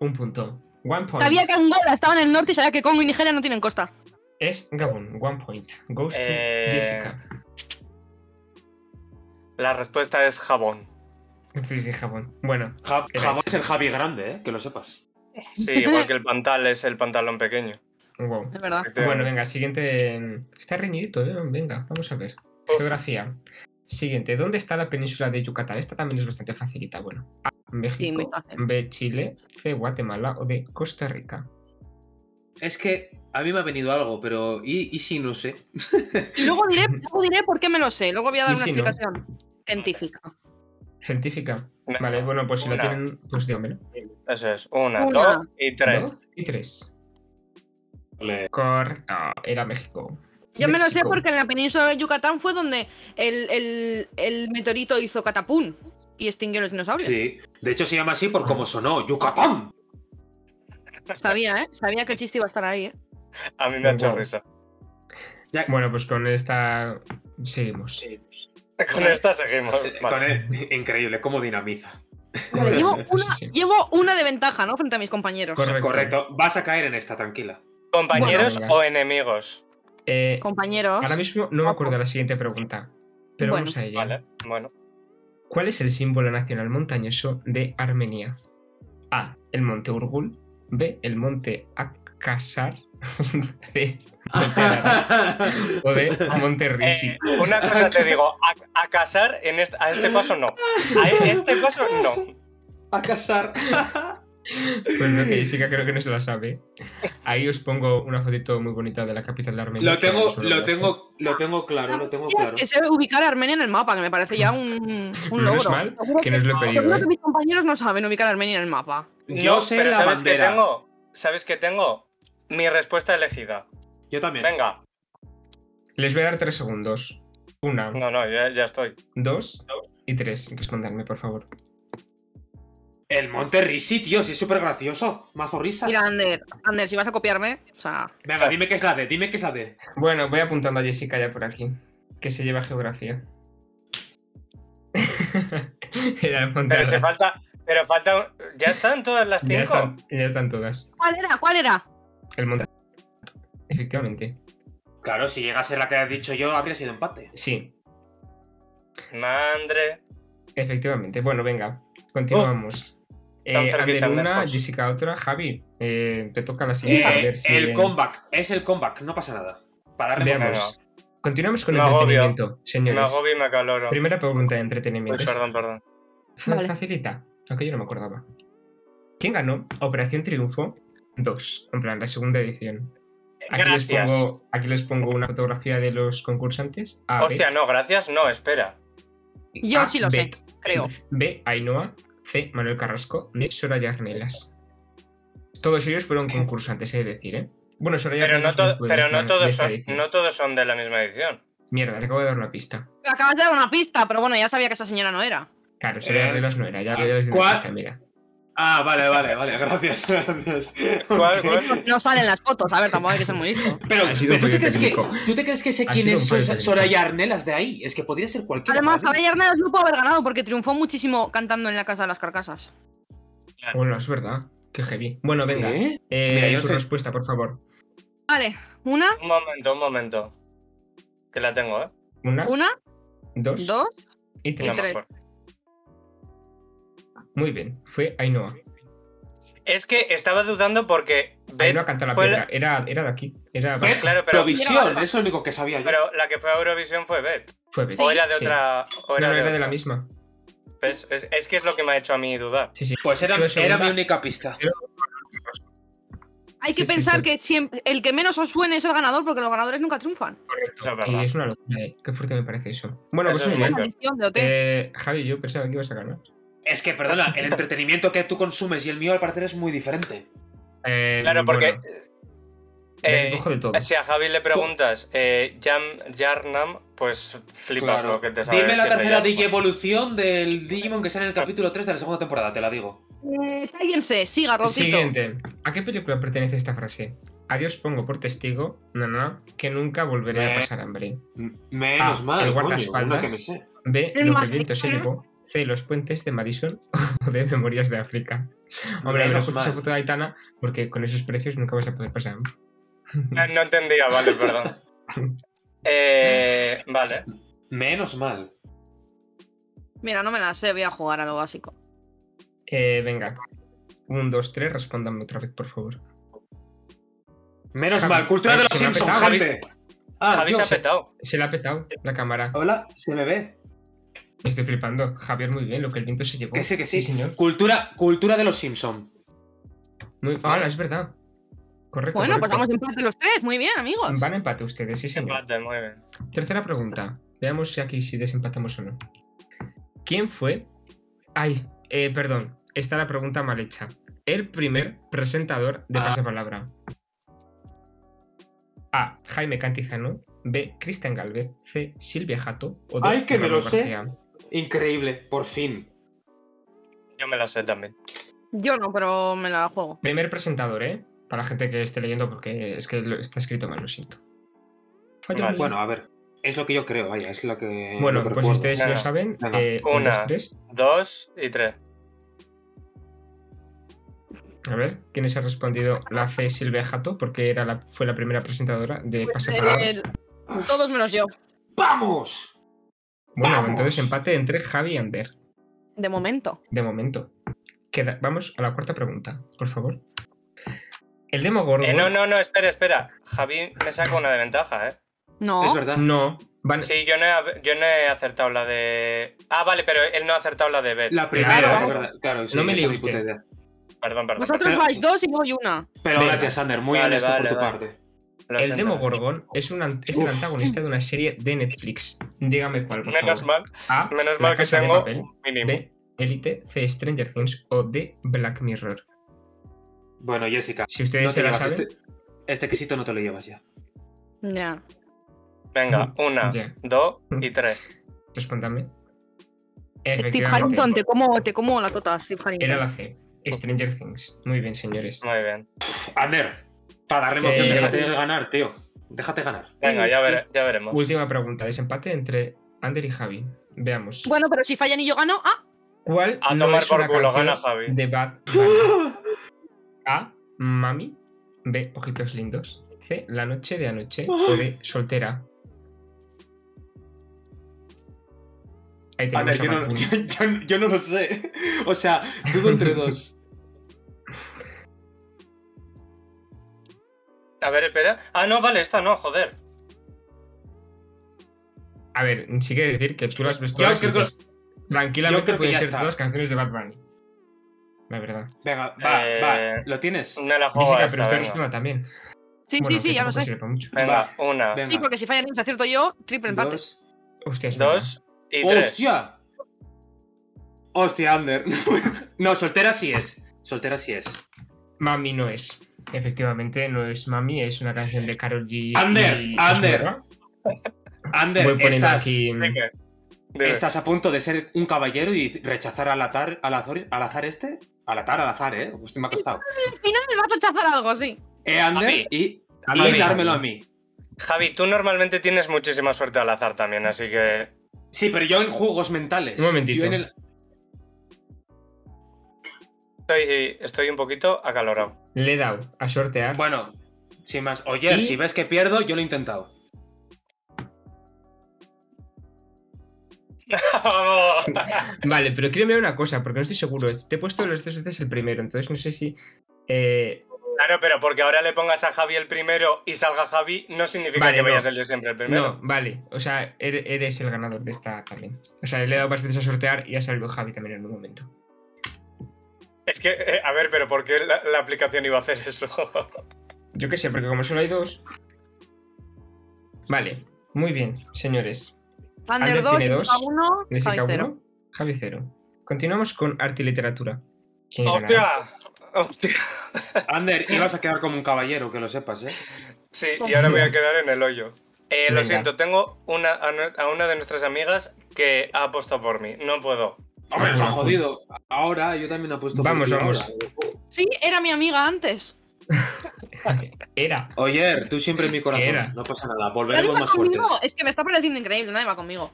un punto. One point.
Sabía que Angola estaba en el norte y sabía que Congo y Nigeria no tienen costa.
Es Gabón, one point. Goes to
Eh,
Jessica.
La respuesta es jabón.
Sí, sí, Gabón. Bueno,
Ja-
Era
Jabón
ese.
es el Javi grande, ¿eh? Que lo sepas.
Sí, igual que el pantal es el pantalón pequeño.
wow.
Es verdad.
Bueno,
Efectivamente.
venga, siguiente. Está reñidito, ¿eh? Venga, vamos a ver.
Uf.
Geografía. Siguiente, ¿dónde está la península de Yucatán? Esta también es bastante facilita. Bueno, A,
Sí, muy
México,
fácil.
B, Chile, C, Guatemala o D, Costa Rica.
Es que a mí me ha venido algo, pero ¿y, y si no sé?
Y luego diré, luego diré por qué me lo sé. Luego voy a dar
Y
una
si no.
explicación científica.
Científica.
Venga,
Vale, bueno, pues si lo
una.
tienen, pues dígamelo.
Eso es. Una,
Una.
dos y tres.
Dos y tres.
Vale.
Correcto. Era México.
Yo me lo sé
México.
porque en la península de Yucatán fue donde el, el- el meteorito hizo catapún y extinguió los dinosaurios.
Sí. De hecho, se llama así por cómo sonó. ¡Yucatán!
Sabía, ¿eh? Sabía que el chiste iba a estar ahí, ¿eh?
A mí me ha hecho
Wow.
risa.
Bueno, pues con esta seguimos.
Con esta seguimos.
Eh, Con e-
Vale.
él- Increíble, cómo dinamiza.
Como
Llevo
digo,
una,
sí, sí.
llevo una de ventaja, ¿no? Frente a mis compañeros.
Correcto.
Correcto. Vas a caer en esta, tranquila.
¿Compañeros
Bueno, venga.
o enemigos?
Eh,
Compañeros.
ahora mismo no me acuerdo la siguiente pregunta, pero
Bueno.
vamos a ella.
Vale, bueno.
¿Cuál es el símbolo nacional montañoso de Armenia? A. El monte Urgul. B. El monte Akasar. C. Monte Ararat. O D. Monte Risi.
Eh, una cosa te digo, a, a casar en est- a este paso no. A este paso no.
a casar.
Pues no, que Jessica creo que no se la sabe. Ahí os pongo una fotito muy bonita de la capital de Armenia.
lo
que
tengo,
os
lo
mandaste.
tengo, lo tengo claro, lo tengo
Tienes
claro.
que sé ubicar a Armenia en el mapa, que me parece ya un, un
Menos
logro.
mal
Seguro
que no os lo he
que-
pedido,
seguro
¿eh?
que mis compañeros no saben ubicar a Armenia en el mapa.
Yo
No,
sé
pero
la
¿sabes
bandera.
qué tengo? ¿Sabes qué tengo? Mi respuesta elegida.
Yo también.
Venga.
Les voy a dar tres segundos. Una,
No, no, ya, ya estoy.
dos y tres. Respondadme, por favor.
El Monte Risi, tío, sí es súper gracioso. Mazo risas.
Mira, Ander, Ander, si vas a copiarme, o sea,
Venga, dime que es la D, dime que es la D.
Bueno, voy apuntando a Jessica ya por aquí, que se lleva geografía. Era el monte
Pero se
Ararat.
falta. Pero falta. ¿Ya están todas las
ya,
cinco?
están, ya están todas.
¿cuál era? ¿Cuál era?
El monte. Efectivamente.
Claro, si llegase la que has dicho yo, habría sido empate.
Sí,
Mandre.
efectivamente. Bueno, venga, continuamos.
tan
Eh,
cerquita,
Ander una,
lejos.
Jessica otra. Javi, eh, te toca la
Eh,
siguiente. a ver si-
el comeback, es el comeback, no pasa nada. Para darle
Veamos.
emoción.
Veamos. Continuamos con el
Me agobio.
entretenimiento,
Me
señores.
agobio y me acaloro.
Primera pregunta de
Uy,
entretenimiento.
Pues perdón, perdón.
Fa-
Vale.
Facilita, aunque yo no me acordaba. ¿Quién ganó Operación Triunfo 2? En plan, la segunda edición. Eh, Aquí les,
Gracias.
pongo, aquí les pongo una fotografía de los concursantes. A,
Hostia, no, gracias, no, espera.
B,
Yo
A,
sí lo
B,
sé, creo.
B, Ainhoa. C, Manuel Carrasco. D, Soraya Arnelas. Todos ellos fueron concursantes, he de decir, ¿eh? Bueno, Soraya
Pero no,
Arnelas
to-
fue de
pero
esta-
no,
de
todos
esta
son,
edición.
no todos son de la misma edición.
Mierda, te acabo de dar una pista.
Acabas de dar una pista, pero bueno, ya sabía que esa señora no era.
Claro, Soraya
Eh,
Arnelas no era, ya le doy una
¿cuál?
pista, mira.
Ah, vale, vale, vale, gracias, gracias.
¿Cuál,
Ok.
cuál?
Pues
No salen las fotos, a ver, tampoco hay que ser muy listo.
Pero,
Ha sido
pero ¿tú, te
un fallo
crees que,
técnico.
¿tú te crees que sé
Ha
quién
sido
es
un fallo
Sor-
técnico.
Soraya Arnelas de ahí? Es que podría ser cualquiera.
Además,
¿vale?
Soraya Hernández no pudo haber ganado porque triunfó muchísimo cantando en la Casa de las Carcasas.
Bueno, es verdad. Qué heavy. Bueno, venga.
¿Eh?
Eh,
Mira, yo
su
estoy-
respuesta, por favor.
Vale, una,
Un momento, un momento. Que la tengo, ¿eh?
Una,
una,
dos,
dos.
y
No
tres.
me
tres.
acuerdo.
Muy bien, fue Ainhoa.
Es que estaba dudando porque Beth
Ainhoa cantó la
fue
piedra.
la-
Era, era de aquí. Era
Beth,
Claro, pero,
Provisión, es lo único que sabía yo.
pero la que fue a Eurovisión fue Beth.
Fue Beth,
o era de
sí.
otra. O
No,
era
no,
de,
era de la
otra.
misma.
¿Ves? Es, es que es lo que me ha hecho a mí dudar.
Sí, sí.
pues era,
Yo
era
segunda-
mi única pista.
Hay que
Sí, sí,
pensar
sí.
que siempre, el que menos os suene es el ganador porque los ganadores nunca triunfan.
Eso es
Y
verdad.
es una locura, eh. Qué fuerte me parece eso. Bueno,
Eso
pues
es
Es
muy bien.
la
Venga.
edición de OT.
Eh, Javi, yo pensaba que ibas a ganar.
Es que, perdona, el entretenimiento que tú consumes y el mío al parecer es muy diferente.
Eh,
Claro, porque.
bueno,
eh,
me cojo de todo.
si a Javi le preguntas eh, Jam Jarnam, pues flipas
Claro.
lo que te sabe.
Dime la
decir de
tercera
Jarnam.
digi evolución del Digimon que sale en el capítulo 3 de la segunda temporada, te la digo.
Eh, cállense, siga, Rocito.
Siguiente. ¿A qué película pertenece esta frase? Adiós pongo por testigo, no, no, que nunca volveré
Eh.
a pasar hambre.
Menos
Ah,
mal,
el
coño,
guardaespaldas.
una que me sé.
B,
El
lo que el
Madrid,
viento se
¿no?
llevó. C, los puentes de Madison. O D, Memorias de África. Hombre,
Menos
habrá puesto
mal.
esa foto de Aitana porque con esos precios nunca vas a poder pasar.
Ah, No entendía, vale, perdón. Eh, vale.
Menos mal.
Mira, no me la sé, voy a jugar a lo básico.
Eh, venga. Un, dos, tres, respóndame otra vez, por favor.
Menos
Javi,
mal, cultura de los
se me ha
Simpsons,
petado,
gente. Ah,
Javi se ha
Dios.
petado.
Se le ha petado la cámara.
Hola, se me ve.
Me estoy flipando. Javier, muy bien, lo que el viento se llevó.
Que sí, que sí.
señor.
Cultura, cultura de los Simpsons.
Muy... Ah, es verdad. Correcto.
Bueno, pues
correcto.
vamos empate los tres. Muy bien, amigos.
Van a empate ustedes, sí, señor.
Empate, muy bien.
Tercera pregunta. Veamos si aquí si desempatamos o no. ¿Quién fue? Ay, eh, perdón. Está la pregunta mal hecha. El primer presentador de
Ah.
Pasapalabra. A. Jaime Cantizano. B. Cristian Galvez. C. Silvia Jato. O D.
Ay, que me lo
Manuel
sé.
García.
Increíble, por fin.
Yo me la sé también.
Yo no, pero me la juego.
Primer presentador, ¿eh? Para la gente que esté leyendo, porque es que lo- está escrito mal, lo siento. Fallo
Vale.
mío.
Bueno, a ver. Es lo que yo creo, vaya, es lo que.
Bueno,
lo que
pues
recuerdo.
ustedes
Eh, Nada,
lo saben.
nada.
eh, un,
Una.
dos, tres.
Dos y tres.
A ver, ¿quiénes ha respondido? La C. Silvia Jato, porque era la, fue la primera presentadora de Pasapalabra.
Eh, todos menos yo.
¡Vamos!
Bueno,
¡vamos!
entonces empate entre Javi y Ander,
De momento.
de momento. Queda- vamos a la cuarta pregunta, por favor. El Demogorgon.
Eh, no, no, no, espera, espera. Javi me saca una de ventaja, ¿eh?
No.
Es verdad.
no, van-
Sí, yo no, he, yo no he acertado la de. Ah, vale, pero él no ha acertado la de Beth.
La primera,
Claro.
es verdad. Claro, sí,
No me
esa
líe
es mi puta
usted.
idea.
Perdón, perdón.
Vosotros
Pero-
vais dos y yo voy una.
Pero
Venga.
gracias, Ander, muy
Vale,
honesto
vale,
por tu
vale.
parte.
Lo
el
siento.
Demogorgon es, un, an- es el
Uf.
antagonista de una serie de Netflix. Dígame cuál, por
Menos
favor.
mal,
A,
menos
La
mal que
Casa de
tengo
Papel.
un mínimo.
B, Elite, C, Stranger Things o D, Black Mirror.
Bueno, Jessica,
Si ustedes
no
se
te
la
llevas
saben,
este, este quesito no te lo llevas ya.
Ya.
Venga, una,
Ya.
dos y tres.
respóndame.
Steve
Pues Efectivamente,
Harrington, te como, te como la tota, Steve
Era
Harrington.
la C. Stranger Things. Muy bien, señores.
Muy bien.
Ander, para darle emoción,
Eh,
déjate de ganar, tío. Déjate ganar.
Venga, ya, vere- ya veremos.
Última pregunta, desempate entre Ander y Javi. Veamos.
Bueno, pero si fallan y yo gano, ah,
¿Cuál
A
no
tomar
es
por
una
culo,
canción
gana Javi.
De Bad Bunny? A. Mami. B. Ojitos lindos. C. La noche de anoche. O D. Soltera. Ahí
A
tenemos
ver,
a
yo
Bad
no,
Bunny.
yo- yo- yo no lo sé. O sea, dudo entre dos.
A ver, espera. Ah, no, vale, esta no, joder.
A ver, sí que decir que tú las ves
Yo
todas.
creo
y
que-
dices,
yo
Tranquilamente
creo que
pueden
ya
ser
está.
todas canciones de Bad Bunny. La verdad.
Venga, va,
Eh,
va. ¿Lo tienes?
Me la juego. a
Jessica,
esta,
pero usted
venga.
nos prima también.
sí,
Bueno,
sí,
que
sí, ya lo
tampoco
sé.
sirve para mucho.
Venga, una,
Venga.
Sí, porque si fallan y os acierto yo, triple empate.
Dos.
Hostia, es
dos y
Oh,
tres.
¡Hostia! ¡Hostia, Ander! No, soltera sí es. Soltera sí es.
verdad. Mami no es. Efectivamente, no es Mami, es una canción de Karol G.
Ander,
y-
Ander,
Asunta.
Ander,
Voy poniendo
estás,
aquí.
Dime, dime.
estás a punto de ser un caballero y rechazar al azar, al azar, al azar este. Al azar, al azar, eh. Justo me ha costado.
Al final me vas a rechazar algo, sí.
Eh,
A
Ander,
mí.
y,
A
y
mí.
dármelo a mí.
Javi, tú normalmente tienes muchísima suerte al azar también, así que.
Sí, pero yo en juegos mentales.
Un momentito.
Yo en el-
Estoy, estoy un poquito acalorado.
Le he dado a sortear.
Bueno, sin más. Oye,
Y-
si ves que pierdo, yo lo he intentado.
¡Vamos!
Vale, pero quiero mirar una cosa, porque no estoy seguro. Te he puesto las tres veces el primero, entonces no sé si. eh,
Claro, pero porque ahora le pongas a Javi el primero y salga Javi, no significa
Vale,
que vaya
no.
a ser yo siempre el primero.
no, vale. O sea, er- eres el ganador de esta también. O sea, le he dado varias veces a sortear y ha salido Javi también en un momento.
Es que, eh, a ver, pero ¿por qué la, la aplicación iba a hacer eso?
Yo qué sé, porque como solo hay dos. Vale, muy bien, señores.
Ander
Ander
2,
tiene dos.
Jessica 1, Javi
Jessica
0.
1, Javi 0. Continuamos con arte y literatura. ¿Quién ganará?
¡Hostia! ¡Hostia!
Ander, ibas a quedar como un caballero, que lo sepas, eh.
Sí, y ahora voy a quedar en el hoyo. Eh, lo
Venga.
siento, tengo una, a, nue- a una de nuestras amigas que ha apostado por mí. No puedo.
Hombre, nos
Bueno,
ha jodido. Ahora yo también apuesto
Vamos,
por ti
vamos.
ahora.
Sí, era mi amiga antes.
Era.
Oyer, tú siempre en mi
¿Qué era?
corazón. No pasa nada,
Nadie
volveremos
va
más
conmigo.
fuertes.
Es que me está pareciendo increíble, nadie va conmigo.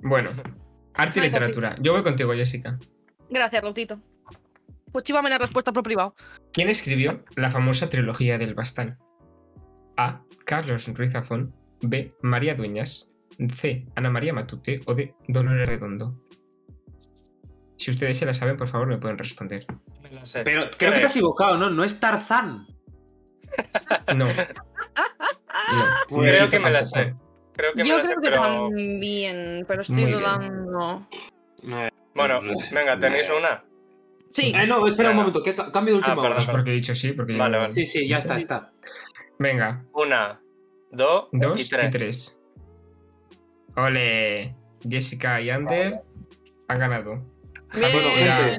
Bueno, arte y
Ay,
literatura. Yo voy contigo, Jessica.
Gracias, Lautito. Pues chívame la respuesta por privado.
¿Quién escribió la famosa trilogía del Bastán? A. Carlos Ruiz Zafón. B. María Dueñas. C. Ana María Matute. O D. Dolores Redondo. Si ustedes se la saben, por favor, me pueden responder.
Me la sé.
Pero creo que te has equivocado, ¿no? No es Tarzán.
No. No.
Creo
Jessica
que me la
tampoco.
sé. Creo que me
Yo
la sé,
creo que
pero.
también, pero
Muy
estoy
bien.
dudando.
Bueno, venga, tenéis una.
Sí,
Ah,
Eh, no, espera un
Venga.
momento, que ca- cambio de última
Ah, perdón,
hora.
Pues porque he dicho sí, porque yo-
Vale, vale.
Sí, sí, ya está, está.
Venga,
Una, dos,
dos
y tres.
Ole, Jessica y Ander han ganado.
bien.
bueno,
Era,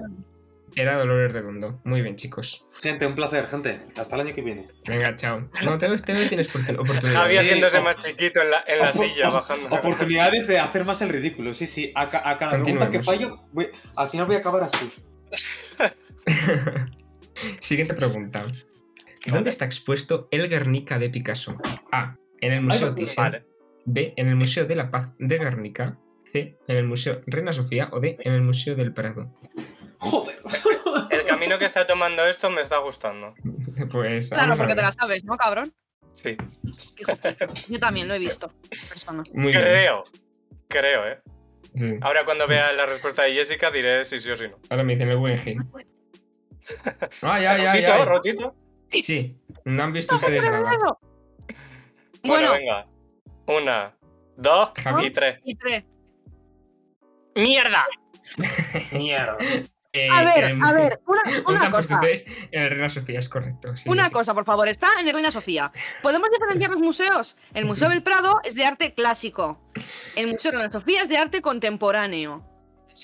era Dolores Redondo. Muy bien, chicos.
Gente, un placer, gente. Hasta el año que viene.
Venga, chao. No, te veo, te veo, tienes oportun- oportunidad.
Javi
Sí,
haciéndose
o-
más chiquito en la, en la
Opo-
silla,
o-
bajando.
Oportunidades de hacer más el ridículo. Sí, sí. A, ca- a cada pregunta que fallo,
Continuemos.
voy- al final voy a acabar así.
Siguiente pregunta.
Vale.
¿Dónde está expuesto el Guernica de Picasso? A. En el Museo Thyssen.
Vale.
B. En el Museo de la Paz de Guernica. C. En el Museo Reina Sofía. O D. En el Museo del Prado.
Joder.
El camino que está tomando esto me está gustando.
Pues.
Claro,
vamos a
porque te
ver.
la sabes, ¿no, cabrón?
Sí.
Hijo, yo también lo he visto. persona.
Muy bien.
Creo. Creo, ¿eh?
Sí.
Ahora cuando vea la respuesta de Jessica diré si sí o si no.
Ahora me dicen el Ah, Guggenheim. Ay, ay, ay,
¿Rotito?
ay.
¿Rotito?
Sí, no han visto ustedes nada.
Bueno,
Bueno,
venga. Una, dos
Javi.
y tres.
y tres.
¡Mierda!
Mierda.
Eh,
A ver,
en el-
a ver,
eh,
una,
Una
una
han puesto
cosa.
pues, ustedes en el Reina Sofía, es correcto. sí,
Una
sí.
cosa, por favor, está en el Reina Sofía. ¿Podemos diferenciar los museos? El Museo del Prado es de arte clásico. El Museo de Reina Sofía es de arte contemporáneo.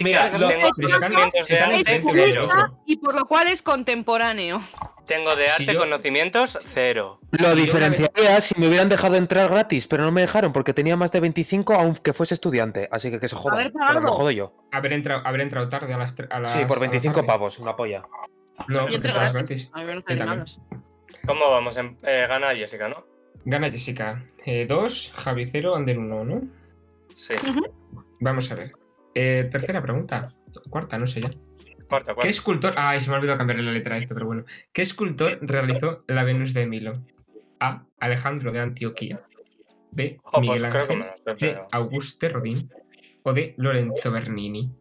Mira,
Mira, lo-
tengo
Pero están-
conocimientos de
están
arte.
Es
enfrente uno del
cero.
otro.
cubista y por lo cual es contemporáneo.
Tengo de
Si
arte
yo-
conocimientos cero.
Lo diferenciaría si me hubieran dejado entrar gratis, pero no me dejaron porque tenía más de 25 aunque fuese estudiante. Así que que se joda.
Haber
Pero me
pagado.
jodo yo.
Haber entrado, haber entrado tarde a las. tre- A las
Sí, por
a la
25
tarde.
pavos, una polla.
No, porque
entre
entrabas
gratis.
gratis.
A ver, no sé de qué me
Yo también.
hablas.
¿Cómo vamos? en- eh, gana Jessica, ¿no?
Gana Jessica. 2, Javi 0, Ander 1, ¿no?
Sí.
Vamos a ver. Eh, tercera pregunta. Cuarta, no sé ya.
Cuarta,
¿Qué
cuarta.
escultor. Ay, se me ha olvidado cambiarle la letra a esto, pero bueno. ¿Qué escultor realizó la Venus de Milo? A. Alejandro de Antioquía. B.
Oh, pues
Miguel
creo que
Ángel.
me lo sé,
de
pero-
Auguste Rodin o de Lorenzo Bernini.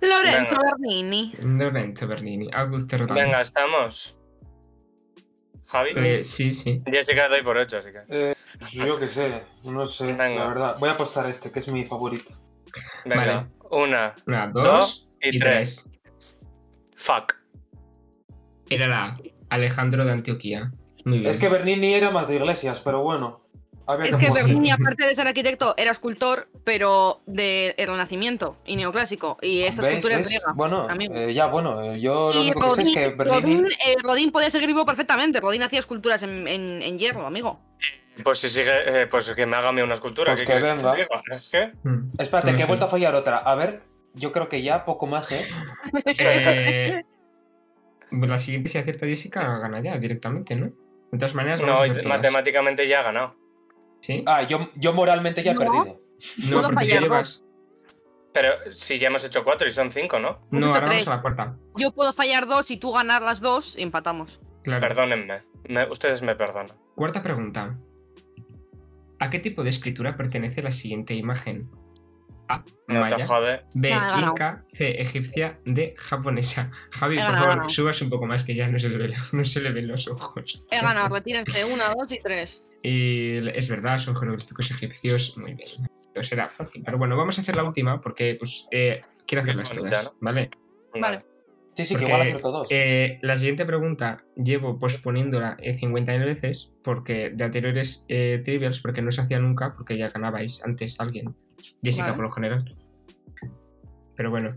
Lorenzo Bernini.
Lorenzo Bernini, Auguste Rodin.
Venga, estamos. Javi.
Eh, sí, sí.
Jessica doy por ocho, así que.
Eh, Yo qué sé. No sé,
Venga.
la verdad. Voy a apostar a este, que es mi favorito.
Venga. Una,
Una, dos,
dos
y
y tres.
tres.
Fuck.
Era la Alejandro de Antioquía. Muy bien.
Es que Bernini era más de iglesias, pero bueno. pues, Había
Es que
jugar.
Bernini, aparte de ser arquitecto, era escultor, pero del Renacimiento y neoclásico. Y esta
¿Ves?
escultura es
¿Ves?
griega.
Bueno,
amigo.
eh, ya, bueno, eh, yo lo
Y
único que sé
Rodin,
es que
Rodin,
Bernini.
eh, Rodin podía seguir vivo perfectamente. Rodin hacía esculturas en, en- en hierro, amigo.
Pues si sigue, eh, pues que me haga a mí una escultura.
Pues
¿qué
que
quieres te
venga.
diga? Es que.
Mm.
Espérate,
No
que he
sé.
vuelto a fallar otra. A ver, yo creo que ya poco más, ¿eh?
Eh, la siguiente, si acierta Jessica, gana ya directamente, ¿no? De todas maneras, vamos
No,
a hacer todas.
matemáticamente ya ha ganado.
¿Sí?
Ah, yo, yo moralmente ya he
No.
perdido.
No,
puedo
porque tú
fallar,
llevas.
Pero si ya hemos hecho cuatro y son cinco, ¿no?
Hemos
No,
hecho
ahora vamos
tres.
a la cuarta.
Yo puedo fallar dos y tú ganar las dos y empatamos.
Claro.
Perdónenme. Me- ustedes me perdonan.
Cuarta pregunta. ¿A qué tipo de escritura pertenece la siguiente imagen? A.
No te
Maya.
jode.
B.
Ya, he ganado.
Inca. C. Egipcia. D. Japonesa. Javi,
He
por
ganado, he ganado.
favor, subas un poco más que ya no se le, ve- no se le ven los ojos.
He ganado, retírense. Una, dos y tres.
Y es verdad, son jeroglíficos egipcios. Muy bien. Entonces era fácil. Pero bueno, vamos a hacer la última porque pues, eh, quiero hacerlas
Bonita,
todas.
¿no?
¿Vale?
Vale.
Sí, Pues sí,
Porque,
que igual acierto dos.
Eh, la siguiente pregunta llevo posponiéndola eh, 59 veces porque de anteriores eh, trivials, porque no se hacía nunca, porque ya ganabais antes a alguien. Jessica,
Vale.
por lo general. Pero bueno.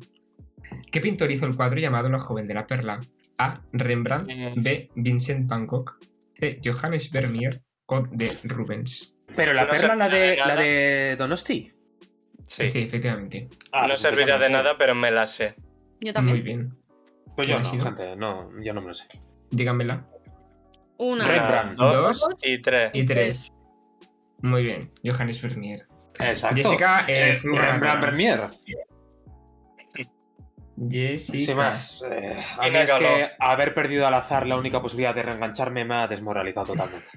¿Qué pintor hizo el cuadro llamado La joven de la perla? A. Rembrandt. B. Vincent Van Gogh. C. Johannes Vermeer. O D. Rubens.
Pero la
No
perla,
sé,
la de,
nada.
la de Donosti.
Sí.
Sí, efectivamente.
Ah,
no
pues
servirá
yo me
de
lo sé.
nada, pero me la sé.
Yo
Muy
también.
bien.
Pues yo
¿Quién
no,
ha sido?
gente, no, yo no me lo sé.
Dígamela.
Una,
Red
Una,
Brand.
dos
Dos
y tres.
y tres. Muy bien. Johannes Vermeer.
Exacto.
Jessica, eh,
Eh,
fue
Rembrandt
ganadora.
Vermeer.
Jessica.
Sin más. eh, a
Y
mí
me
es que
ganó.
haber perdido al azar la única posibilidad de reengancharme me ha desmoralizado totalmente.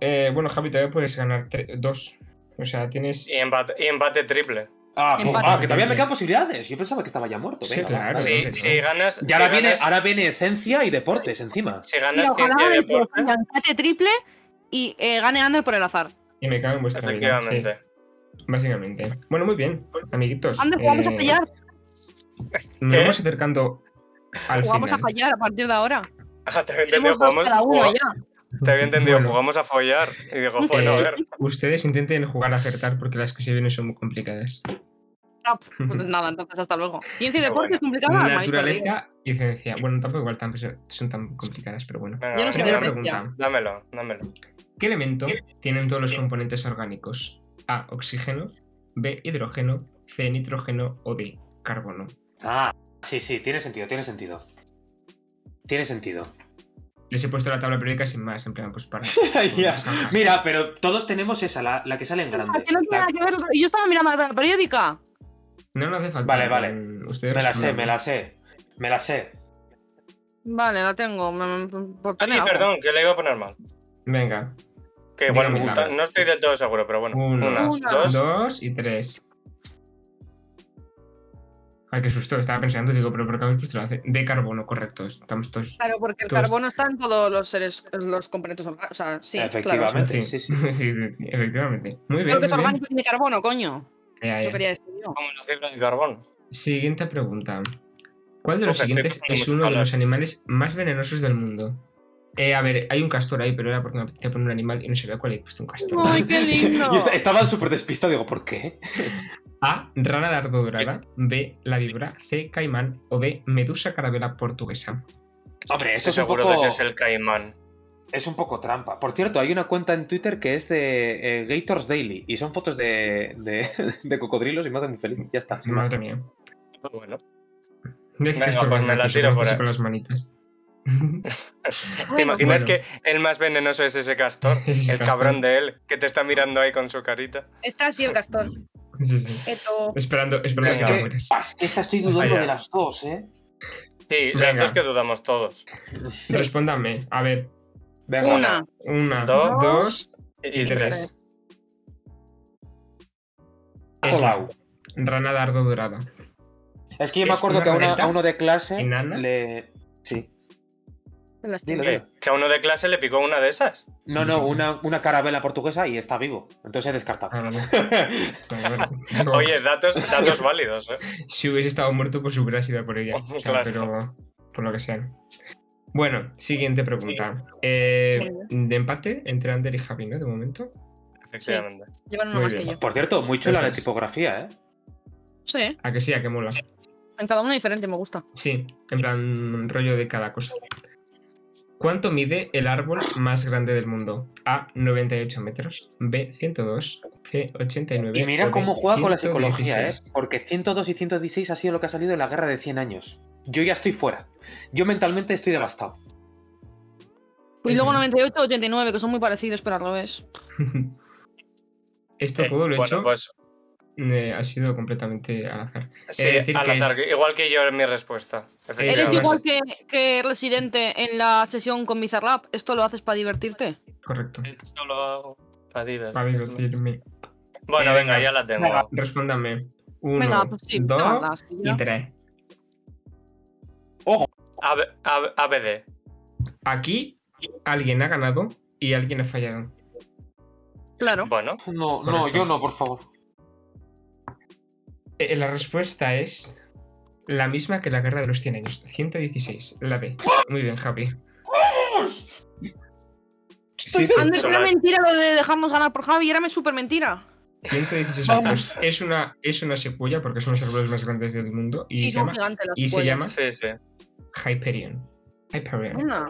Eh, bueno, Javi, todavía puedes ganar tre- dos. O sea, tienes.
Y empate, y empate triple.
Ah,
Empate.
jo, ah, que todavía me quedan posibilidades. Yo pensaba que estaba ya muerto.
Sí,
Venga, va,
claro.
vale.
Sí,
hombre,
si
no.
ganas.
Y ahora
si
viene,
ganas,
ahora viene esencia y deportes encima.
si
Y
ganas ciencia
ojalá
y
es que
deporte,
Julián cate triple y eh, gane Ander por el azar.
Y me cago en vuestra vida,
efectivamente.
sí, básicamente. Bueno, muy bien, amiguitos.
Ander, te pues vamos a
Eh,
pillar.
Nos
¿Qué?
vamos acercando
Pues
Al
Jugamos a
final.
fallar a partir de ahora.
Ah, te había entendido,
Tenemos dos
jugamos,
cada uno
jugamos-
ya.
te había entendido,
Bueno.
jugamos a follar. Y digo, bueno, a
Eh,
ver.
Ustedes intenten jugar a acertar porque las que se vienen son muy complicadas.
Ah,
Pues nada, entonces hasta luego.
Ciencia y
Qué
deporte
bueno.
es complicado. me habéis
¿eh?
perdido.
Naturaleza y ciencia. Bueno, tampoco igual tan- son tan complicadas, pero bueno.
Venga,
yo no sé
venga,
de
Primera
dame-
ciencia.
pregunta.
dámelo, dámelo.
¿Qué elemento tienen todos los componentes orgánicos? A. Oxígeno. B. Hidrógeno. C. Nitrógeno. O D. Carbono.
Ah, sí, sí, tiene sentido, tiene sentido. Tiene sentido.
Les he puesto la tabla periódica sin más, en plan, pues para.
Ya.
las gafas.
Ah. Mira, pero todos tenemos esa, la, la que sale en grande.
Ah, que no tiene
La-
nada que ver. Yo estaba mirando la periódica.
No, no hace falta.
Vale, vale.
Mm, Ustedes
Me la sé,
resuelven.
me la sé. Me la sé.
Vale, la tengo.
mm,
me- me- Por tener
Ay,
algo.
perdón, que le iba a poner mal.
Venga.
Que igual
Dígame,
me gusta-
dame.
no estoy del todo seguro, pero bueno.
Uno,
Una,
Una.
dos.
Dos y tres. Ay, qué susto. Estaba pensando, digo, pero ¿por qué habéis puesto la C? De carbono, correcto. Estamos todos.
Claro, porque el
Todos.
carbono está en todos los seres, los componentes orgánicos. O sea, sí, claro.
Efectivamente. sí, sí.
sí, sí, efectivamente. Muy bien.
Creo que es
muy bien.
orgánico y tiene carbono, coño.
Ya,
Eso
ya.
quería decir yo.
Como la fibra de carbón.
Siguiente pregunta. ¿Cuál de los
Ojo, estoy
siguientes
pensando
es
mucho
uno de
calor.
los animales más venenosos del mundo? Eh, a ver, hay un castor ahí, pero era porque me apetecía poner un animal y no sabía cuál he puesto un castor.
Ay, qué
este
lindo.
Yo esta- estaba súper despistado, digo, ¿por qué?
A. Rana dardo dorada. B. La vibra. C. Caimán. O D. Medusa carabela portuguesa.
Estoy
Hombre, esto es un
seguro de
poco-
que es el caimán.
Es un poco trampa. Por cierto, hay una cuenta en Twitter que es de eh, Gators Daily y son fotos de, de- de cocodrilos y me hace muy feliz. Ya está. sin más.
Madre mía.
Bueno,
Mira qué
Venga,
castor
pues
más
me la
gracioso,
tiro
lo
por
hace así
ahí.
con las manitas.
¿Te
Bueno,
imaginas
Bueno.
que el más venenoso es ese castor?
Es
El
castor.
cabrón de él, que te está mirando ahí con su carita.
Está sí el castor.
Sí, sí.
Eto.
Esperando, esperando
Es
que
Venga.
te
que,
mueras.
ah, es que esta estoy dudando
Vaya.
de las dos, ¿eh?
Sí, las
Venga.
dos que dudamos todos.
Respóndame. A ver,
Venga,
Una.
una,
Dos.
dos
Y,
y
y tres.
tres.
una. Colau.
Rana dardo dorada.
Es que yo me
¿Es
acuerdo
una
que a, una-
ruleta?
a uno de clase
¿Enana?
le. Sí,
en las
dilo,
¿Qué?
dilo.
Que a uno de clase le picó una de esas.
No, no, una, una carabela portuguesa y está vivo. Entonces he descartado.
Ah, vale. Bueno,
Oye, datos, datos válidos, ¿eh?
si hubiese estado muerto, pues hubiera sido a por ella. O sea,
Claro.
Pero por lo que sea. Bueno, siguiente pregunta. Eh, de empate entre Ander y Javi, ¿no? De momento.
Efectivamente.
Llevan uno
Muy
más
bien.
que yo.
Por cierto, muy chula
Ah. Eso
la
es.
tipografía, ¿eh?
Sí,
¿A que sí? ¿A que mola?
en cada uno diferente, me gusta.
Sí, en plan rollo de cada cosa. ¿Cuánto mide el árbol más grande del mundo? A, 98 metros. B, 102. C, 89.
Y
o
mira
D,
cómo juega con la psicología, ¿eh?
116.
Porque 102 y 116 ha sido lo que ha salido en la guerra de 100 años. Yo ya estoy fuera. Yo mentalmente estoy devastado.
Y luego
Ujú.
98, 89, que son muy parecidos, pero al revés.
Esto
Eh,
todo lo he
bueno,
hecho.
pues
eh, ha sido completamente al azar.
sí,
decir
al
que es-
azar, igual que yo en mi respuesta.
Pero
Eres
bueno.
igual que, que residente en la sesión con Bizarrap. Esto lo haces para divertirte.
Correcto.
Esto lo hago para divertirme.
Para divertirme.
Bueno,
Eh,
venga,
venga.
ya la tengo.
Venga, respóndame. Uno,
Venga, pues sí,
dos
dámela, sí, ya.
y tres.
A- A- ABD.
Aquí alguien ha ganado y alguien ha fallado.
Claro.
Bueno,
No, no,
Correcto.
yo no, por favor.
Eh, la respuesta es la misma que la guerra de los 100 años. 116, la B. Muy bien, Javi. Sí, sí,
Ander,
Solar.
era mentira lo de dejarnos ganar por Javi, era súper mentira.
116 metros. Es una, es una secuela porque son los árboles más grandes del mundo y,
Sí,
se
son
llama
gigantes las
y se
pollas.
llama-
sí, sí.
Hyperion. Hyperion.
Anda.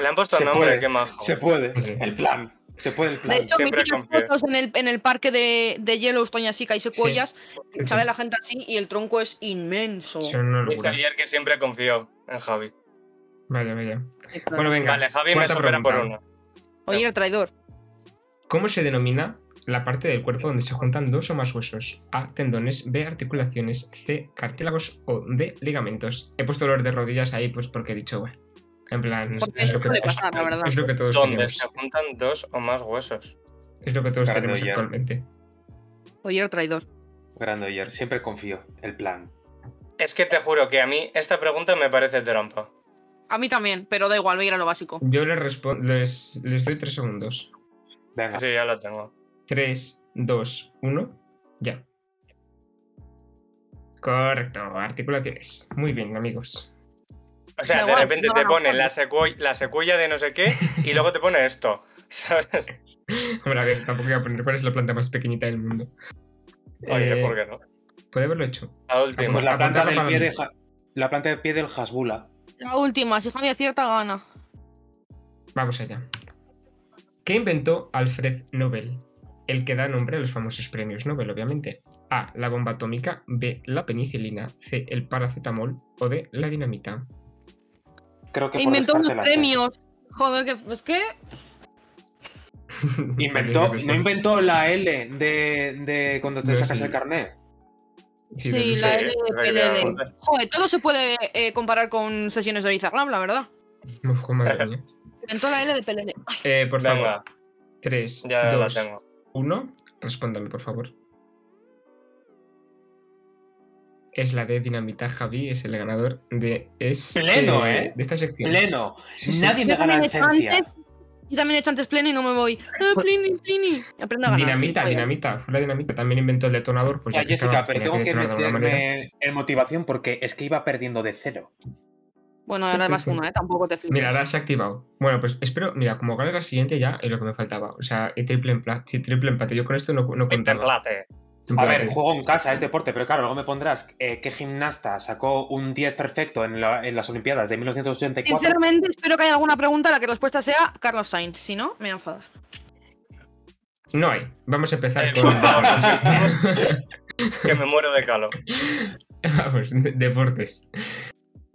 Le han puesto
Se
nombre,
puede,
qué majo.
Se puede.
Sí.
El plan. Se puede el
De
plan.
hecho,
siempre
míticas
confío.
fotos en el, en el parque de, de Yellowstone, así que hay secuoyas,
Sí, sí.
sale la gente así y el tronco es inmenso.
Son una
Dice
locura.
ayer que siempre confió en Javi.
Vaya, vaya.
Sí, claro.
Bueno, venga.
vale, Javi me
cuarta
supera por
pregunta.
uno.
Oye, el traidor.
¿Cómo se denomina la parte del cuerpo donde se juntan dos o más huesos? A. Tendones. B. Articulaciones. C. Cartílagos. O D. Ligamentos. He puesto dolor de rodillas ahí, pues porque he dicho, bueno. En plan,
Porque
es lo, que,
puede
es-
pasar, la verdad.
es lo que todos
Donde
tenemos.
se juntan dos o más huesos.
Es lo que todos
Claro,
tenemos
ya.
actualmente.
Oye, el traidor.
Grandoyer, siempre confío. El plan.
Es que te juro que a mí esta pregunta me parece trampa.
A mí también, pero da igual, mira lo básico.
Yo les, respon- les, les doy tres segundos.
Venga.
Sí, ya la tengo.
3, 2, 1. Ya. Correcto. Articulaciones. Muy bien, amigos.
O sea,
Da
de
igual,
repente
no
te
van a
pone
hacerlo.
la, secu- la secuela de no sé qué y luego te pone esto. ¿Sabes?
Hombre, a ver, tampoco voy a poner cuál es la planta más pequeñita del mundo.
Oye,
Eh,
¿por qué no?
Puede haberlo hecho.
La última.
Pues la planta
apuntarlo
del
para
pie
mí.
de Ja- la planta del pie del Hasbula.
La última, si Javi acierta, gana.
Vamos allá. ¿Qué inventó Alfred Nobel? El que da nombre a los famosos premios Nobel, obviamente. A. La bomba atómica. B. La penicilina. C. El paracetamol. O D. La dinamita.
Creo que por
E Inventó unos
descarte la sé.
premios. Joder, que pues qué.
Inventó,
Sí,
no inventó la L de, de cuando te
No,
sacas
sí.
el carnet.
sí,
Sí,
sí.
la
sí,
LPLL. Joder, todo se puede eh, comparar con sesiones de Bizarrap, la verdad.
Uf, madre mía.
Inventó la L de PLL. Ay,
Eh, por favor.
Venga,
3,
ya la
2,
tengo.
1. Respóndame, por favor. Es la D. Dinamita Javi. Es el ganador de, este-
Pleno, ¿eh?
de esta sección.
Pleno.
Sí, sí.
Nadie me
Yo
gana
también
en
he hecho antes.
ciencia.
Yo también he hecho antes pleno y no me voy. Ah, plini, plini. Aprendo a ganar.
Pues Dinamita,
Oye,
dinamita, fue la dinamita. También inventó el detonador, pues ya
Ya,
que
Jessica,
estaba,
pero
tenía
tengo que
detonar de alguna manera.
meterme en motivación porque es que iba perdiendo de cero.
Bueno,
Sí,
ahora
sí,
más
sí.
una, ¿eh? Tampoco te flipes.
Mira, ahora se ha activado. Bueno, pues espero, mira, como ganas la siguiente ya es lo que me faltaba. O sea, eh, triple empate, sí, triple empate. Yo con esto no, no
Winter
contaba.
Plate.
A
Empate.
ver, juego en casa, es deporte, pero claro, luego me pondrás eh, qué gimnasta sacó un 10 perfecto en, la- en las Olimpiadas de 1984.
Sinceramente, espero que haya alguna pregunta a la que
La respuesta sea Carlos Sainz. Si no, me voy a enfadar.
No hay. Vamos a empezar
Eh,
con.
por favor, que me muero de calor.
Vamos, de- deportes.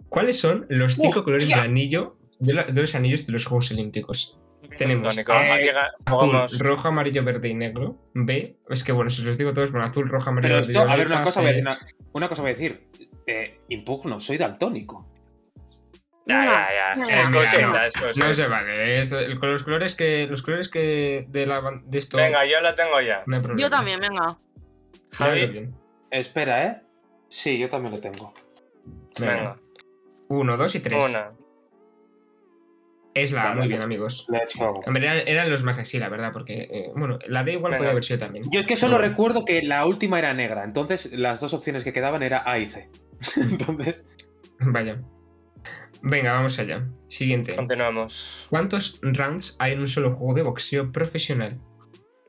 ¿Cuáles son los cinco colores del anillo? De, la- de los anillos de los Juegos Olímpicos. Tenemos,
Tónico, aquí
eh,
ga-
Azul,
jugamos-
rojo, amarillo, verde y negro. B. Es que bueno, si os los digo todos, bueno, azul, rojo, amarillo,
Pero
verde y
esto, a ver,
violeta,
una cosa voy a
C.
decir. Una, una cosa voy a decir. Eh, impugno, soy daltónico.
Ya, ya,
No,
ya. Es
no,
cosita, es cosita.
No se vale. es- el- con los colores que. Los colores que. De, la, ban- de esto.
Venga, yo la tengo ya.
no hay problema.
Yo también, venga.
Claro que
Javi.
bien.
Espera, ¿eh? Sí, yo también lo tengo.
Venga,
Uno, dos y tres. eh.
una. pues
Es la A,
Vale,
muy bien,
vale.
amigos.
Let's go.
En verdad eran los más así, la verdad, porque. eh, bueno, la D igual
Venga.
podía haber sido también.
Yo es que solo
Pero-
recuerdo que la última era negra, entonces las dos opciones que quedaban era A y C. entonces,
Vaya. Venga, vamos allá. Siguiente.
Continuamos.
¿Cuántos rounds hay en un solo juego de boxeo profesional?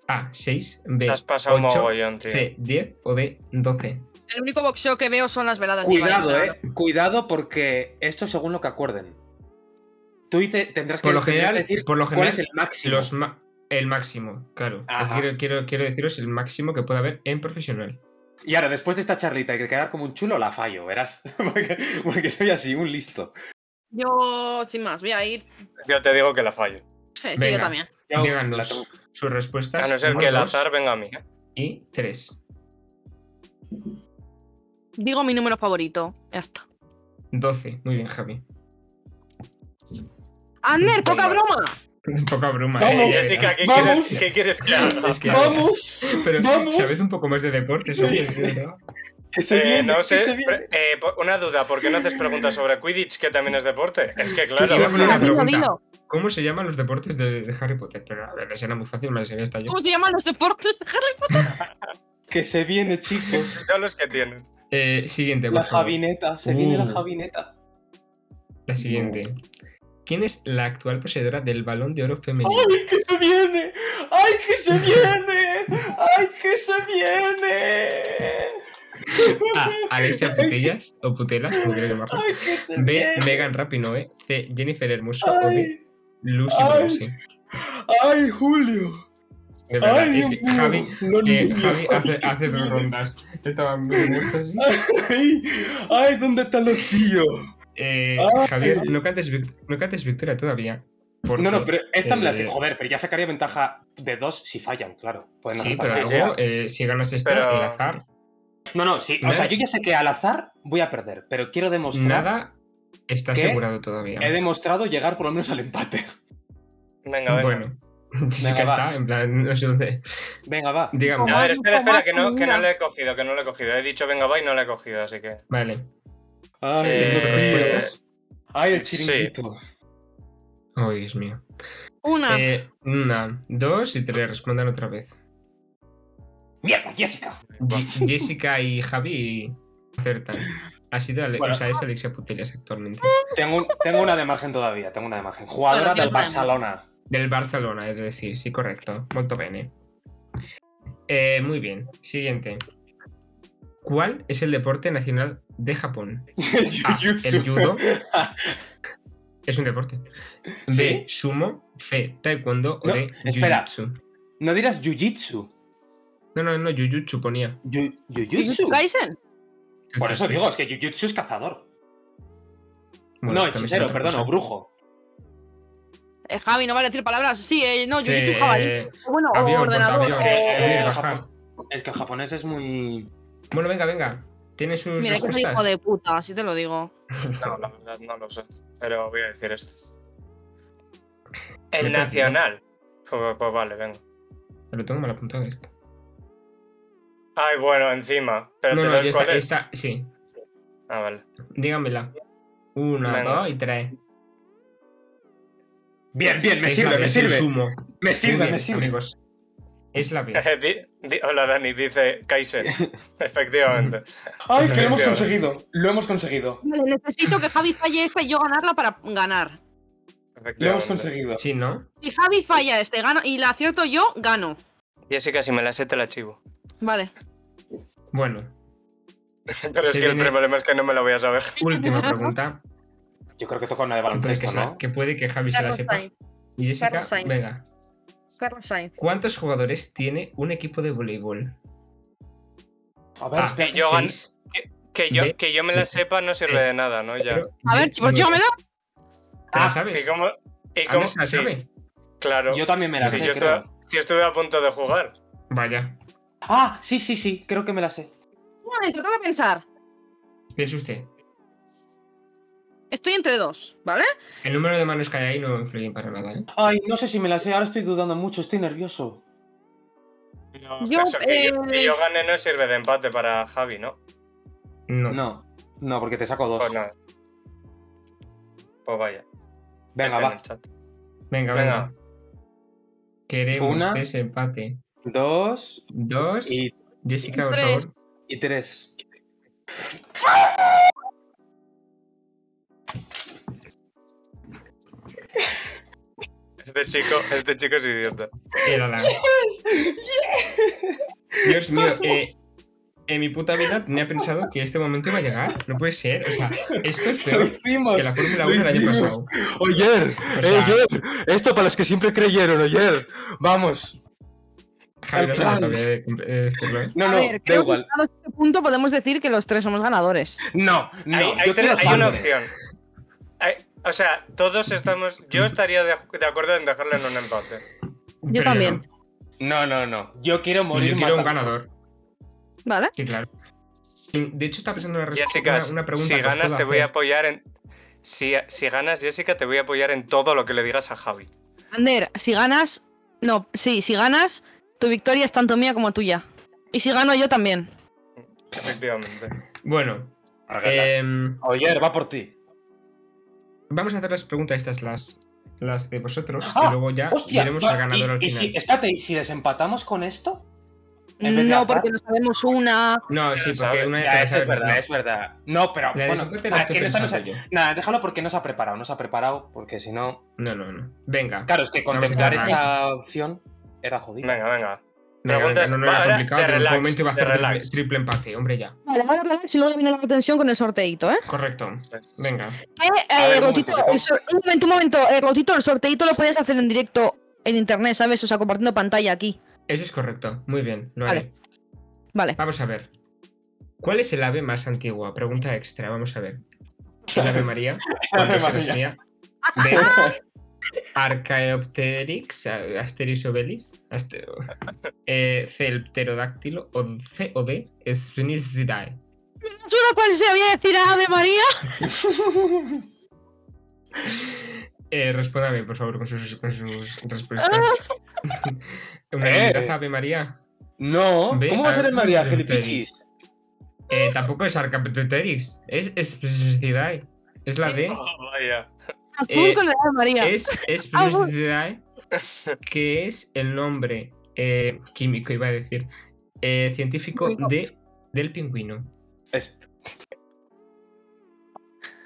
A, 6, B,
Te has pasado un
8,
mogollón, tío.
C, 10 o D, 12.
El único boxeo que veo son las veladas. de
cuidado,
Iván, o sea,
eh. Cuidado porque esto es según lo que acuerden. Tú dice, tendrás que
Por lo
tendrás
general,
que decir
por lo
cuál
general
es el máximo.
los ma- el máximo, claro.
Ajá.
Quiero, quiero, quiero deciros el máximo que puede haber en profesional.
Y ahora, después de esta charlita y que quedar como un chulo, la fallo, verás. porque, porque soy así, un listo.
Yo, sin más, voy a ir.
Yo te digo que la fallo.
Sí, sí, yo
Venga.
también.
Yo la
Díganos
tengo.
sus respuestas.
A no ser
uno,
que el
dos
azar venga a mí. ¿eh?
Y 3.
Digo mi número favorito. Ya está.
12. Muy bien, Javi.
¡Ander, poca
Venga.
broma!
Poca broma.
Vamos.
eh.
Eh, Jessica, ¿qué
Vamos.
quieres, ¿qué quieres que haga?
Es que-
¡Vamos!
Pero
vamos.
sabes un poco más de deportes, oye, de verdad.
Que se
Eh,
viene,
no
que
sé,
se viene.
pre- eh, po- una duda, ¿por qué no haces preguntas sobre Quidditch, que también es deporte? Es que
Sí,
claro,
sí, Una
Dilo,
pregunta.
dilo.
¿Cómo se llaman los deportes de, de Harry Potter? Pero a ver, esa era muy fácil, me la sabía hasta yo.
¿Cómo se llaman los deportes?
Que se viene, chicos.
son los que tienen.
Eh, siguiente, por
La
favor.
jabineta, se viene la
Uh.
jabineta.
La siguiente. ¿Quién es la actual poseedora del balón de oro femenino?
¡Ay, que se viene! ¡Ay, que se viene! ¡Ay, que se viene!
A. Alexia Putellas o Putelas, como quieras llamarla.
¡Ay, que se
B.
viene!
Megan Rapinoe. C. Jennifer Hermoso. O D.
¡Ay,
Lucy
Ay.
Bronze.
ay, Julio!
De verdad,
¡Ay,
es
Dios
que
mío!
Javi,
Los
eh,
niños,
Javi
ay,
hace,
que
hace
se
dos
viene.
rondas. Estaban muy muertos. sí.
¡Ay! ¡Ay, dónde están los tíos!
Eh,
Ay.
Javier, no cantes, vic- no cantes victoria todavía. porque-
No, no, pero esta me la sé.
eh,
Joder, pero ya sacaría ventaja de dos si fallan, claro. Pueden
Sí, pero
repasar.
Sí, sí.
luego, eh, si ganas esta,
Pero-
el azar.
No, no, sí. O
Nada.
sea, yo ya sé que al azar voy a perder, pero quiero demostrar.
¿Eh? Nada está
¿Qué?
asegurado todavía.
He demostrado llegar por lo menos al empate.
Venga, venga.
Bueno, Jessica
Venga, va.
está, en plan, no sé dónde.
Venga, va.
Dígame.
A ver, espera, espera, que no,
Tomás,
que no
mira.
le he cogido, que no le he cogido. He dicho venga, va y no le he cogido, así que.
Vale.
Ay,
Eh,
los tíos.
¿Respuestas?
Ay, el
sí.
chiringuito.
Oh, Dios mío.
Una.
Eh, una, dos y tres. Respondan otra vez.
¡Mierda, Jessica!
Ye- Jessica y Javi acertan. Ha sido Ale-
Bueno.
o sea, es Alexia Putellas actualmente.
Tengo, un- tengo una de margen todavía, tengo una de margen. Jugadora
Bueno,
del
yo también.
Barcelona.
Del Barcelona, es decir, sí, correcto. Molto bene. Eh, muy bien, siguiente. ¿Cuál es el deporte nacional de Japón? A, Ah, el judo. Es un deporte.
¿Sí?
B, sumo. C, taekwondo.
No,
o D,
espera.
jiu-jitsu.
¿No dirás jiu-jitsu?
No, no, no, jiu-jitsu ponía.
Ju-
¿Jujutsu
¿Jiu-jitsu?
Kaisen?
Por eso digo, es que jiu-jitsu es cazador.
Bueno,
no,
también es
hechicero,
otra
perdón,
cosa.
brujo.
Eh, Javi, no vale decir palabras. Sí, eh, no,
Sí,
Jujutsu Jabalí.
eh,
O Bueno,
avión,
o ordenador.
portaavión.
o-
Eh,
Eh,
Japón.
baja.
Es que el japonés es muy.
Bueno, venga, venga. ¿Tienes sus
Mira, que soy
respuestas?
hijo de puta, así te lo digo.
No, la verdad no lo sé. Pero voy a decir esto.
Me
El
está
nacional. Pues, pues vale, venga.
Te Lo tengo mal apuntado esto.
Ay, bueno, encima. Pero
no,
¿te
no,
sabes
ya
cuál
está,
es?
está- Sí,
Ah, vale.
dígamela. Una,
Venga.
dos y tres.
Bien, bien, me
Es
sirve,
la
me
B, es el
sirve.
Sumo.
Me
Muy
sirve,
bien,
me sirve.
Amigos. Es la B.
Di- di- hola, Dani, dice Kaiser. Efectivamente.
¡Ay,
Pues
que lo hemos
efectivamente.
conseguido! Lo hemos conseguido.
Vale, necesito que Javi falle esta y yo ganarla para ganar.
efectivamente.
Lo hemos conseguido.
Sí, ¿no?
Si Javi falla este gano y la acierto yo, gano.
Jessica, si me la sé, te la chivo.
Vale.
Bueno,
Pero es
Se
que el
viene-
problema es que no me la voy a saber.
última pregunta.
Yo creo que toca una de
que puede que,
baloncesto,
sea-
¿no?
que puede que Javi se la
Carlos
sepa.
Sainz.
Y Jessica,
Carlos Sainz.
venga.
Carlos Sainz.
¿Cuántos jugadores tiene un equipo de voleibol?
A ver,
Ah,
espera.
yo gan-
seis,
Que yo,
Ve-
que yo
eh,
me la sepa no sirve de nada, ¿no? Ya.
cuatro,
A ver, pues
diez,
chicos,
pues
nueve.
chígamela.
¿Te la
Ah,
¿Y
sabes?
cómo? ¿Y cómo?
Andrés se la
Sí,
sabe.
claro.
Yo también me la
Sí,
sé.
yo
creo.
estaba- Si estuve a punto de jugar.
Vaya,
Ah, sí, sí, sí, creo que me la sé.
Un momento, tengo que pensar.
piense usted.
Estoy entre dos, ¿vale?
El número de manos que hay ahí no influye para nada, ¿eh?
Ay, no sé si me la sé, ahora estoy dudando mucho, estoy nervioso.
No,
Yo,
eso, que, yo, que
eh,
yo gane no sirve de empate para Javi, ¿no?
No.
No, no, porque te saco dos.
Pues nada. Pues vaya.
Venga,
en
va.
el chat.
Venga, venga.
Venga.
Queremos
Una.
desempate.
Dos
Dos.
y,
Jessica, por
Tres.
favor.
y tres.
Este chico, este chico es idiota.
Era la- Dios mío, eh, en mi puta vida tenía pensado que este momento iba a llegar. No puede ser. O sea, esto es
¡Lo
peor
hicimos!
que la Fórmula
lo
1 del año
hicimos.
pasado.
Oyer,
O
Eh,
sea-
esto para los que siempre creyeron, oyer, vamos.
Javi, no
Al
se me
plan.
todavía de de decirlo. ¿eh?
No,
a
no,
ver,
da
creo
igual.
que a este punto podemos decir que los tres somos ganadores.
No, no,
hay, hay
yo
tres-
quiero
hay una
sangre.
opción. Hay- o sea, todos estamos. Yo estaría de, de acuerdo en dejarlo en un empate.
Pero yo
también.
no.
No, no, no. Yo quiero
Yo
morir
quiero un
matando.
ganador.
¿Vale?
Sí, claro. De hecho, está pensando una, respu-
Jessica,
una, una pregunta.
si
que os
ganas,
puedo
te voy a
hacer.
apoyar en. Si, si ganas, Jessica, te voy a apoyar en todo lo que le digas a Javi.
Ander, si ganas. No, sí, si ganas, tu victoria es tanto mía como tuya. Y si gano yo también.
Efectivamente.
Bueno,
Arreglas.
em,
Oyer, va por ti.
vamos a hacer las preguntas estas, las, las de vosotros,
Ah,
y luego ya
Hostia,
veremos
va-
al ganador al
y, y
final.
si, espérate, ¿y si desempatamos con esto? En vez de
No,
azar.
porque no sabemos una.
No, sí, porque
sabe.
una de
Ya,
las
eso es verdad, es verdad. No, pero
La este de
bueno,
desempate la
ah, es
estoy
que no se nos ha-
pensando yo.
Nada, déjalo porque no se ha preparado, no se ha preparado, porque si no...
No, no, no. Venga.
Claro, es que
Vamos a
contemplar
cerrar.
esta opción era jodido.
Venga, venga.
Venga,
Preguntas-
venga, no, no
va,
era
ahora
complicado,
de
pero en
relax,
algún momento iba a
de
hacer triple,
relax.
triple empate, hombre, ya.
Vale, ahora hablaré, si luego viene la tensión con el sorteito, ¿eh?
Correcto. Venga.
Eh,
A
eh,
ver, un
Rotito,
momento, que
el sor- un momento, un momento. eh, Rotito, el sorteito lo puedes hacer en directo en internet, ¿sabes? O sea, compartiendo pantalla aquí.
Eso es correcto. Muy bien, lo
Vale.
haré.
Vale.
Vamos a ver. ¿Cuál es el ave más antigua? Pregunta extra, vamos a ver. El ave María. porque esa no es
María.
mía. B. Archaeopteryx, a- Asteris obelis. aste- eh, C. El pterodáctilo. O C o D. Sphinxidae.
Suena cuál se había decir Ave María.
Eh, respóndame, por favor, con sus, con sus respuestas. ¿Una habilidad Ave María?
No,
Ve
¿cómo va a ser el
a-
María
te
Gilipichis?
Eh, tampoco es Archaeopteryx. Es Sphinxidae. Es la D.
Oh, vaya.
Azul
Eh,
con el Ave María.
Es es
Ah, bueno.
Sphinxidae, que es el nombre eh, químico, iba a decir, eh, científico
Pingüino.
de, del pingüino.
Es-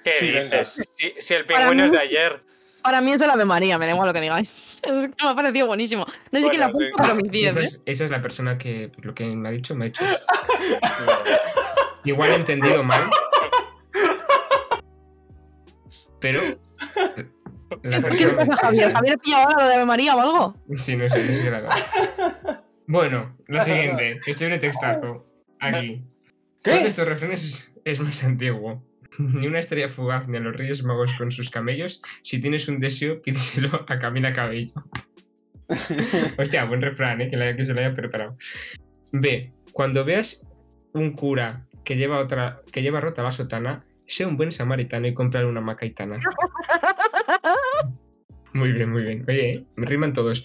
¿Qué
Sí, venga.
dices? Si, si el
Para
pingüino es
mí-
de ayer.
Para mí es el Ave María, me da igual lo que digáis. Es que me ha parecido buenísimo. No sé
Bueno,
quién la
sí.
puso, pero me
Esa
hicieron, ¿eh?
es, esa es la persona que pues, lo que me ha dicho, me ha dicho. eso. Igual he entendido mal. Pero. eh, La
¿Qué le pasa a Javier? ¿Javier ha pillado ahora lo de Ave María o algo?
Sí, no sé, no sé qué le ha dado. Bueno, la siguiente. que Estoy en el textazo. Aquí. ¿Cuál de estos refranes es más antiguo? Ni una estrella fugaz ni a los Reyes Magos con sus camellos. Si tienes un deseo, pídeselo a Camila Cabello. Hostia, buen refrán, ¿eh? que, la- que se lo haya preparado. B. Cuando veas un cura que lleva, otra, que lleva rota la sotana, sé un buen samaritano y comprar una macaitana. Muy bien, muy bien. Oye, ¿eh? me riman todos.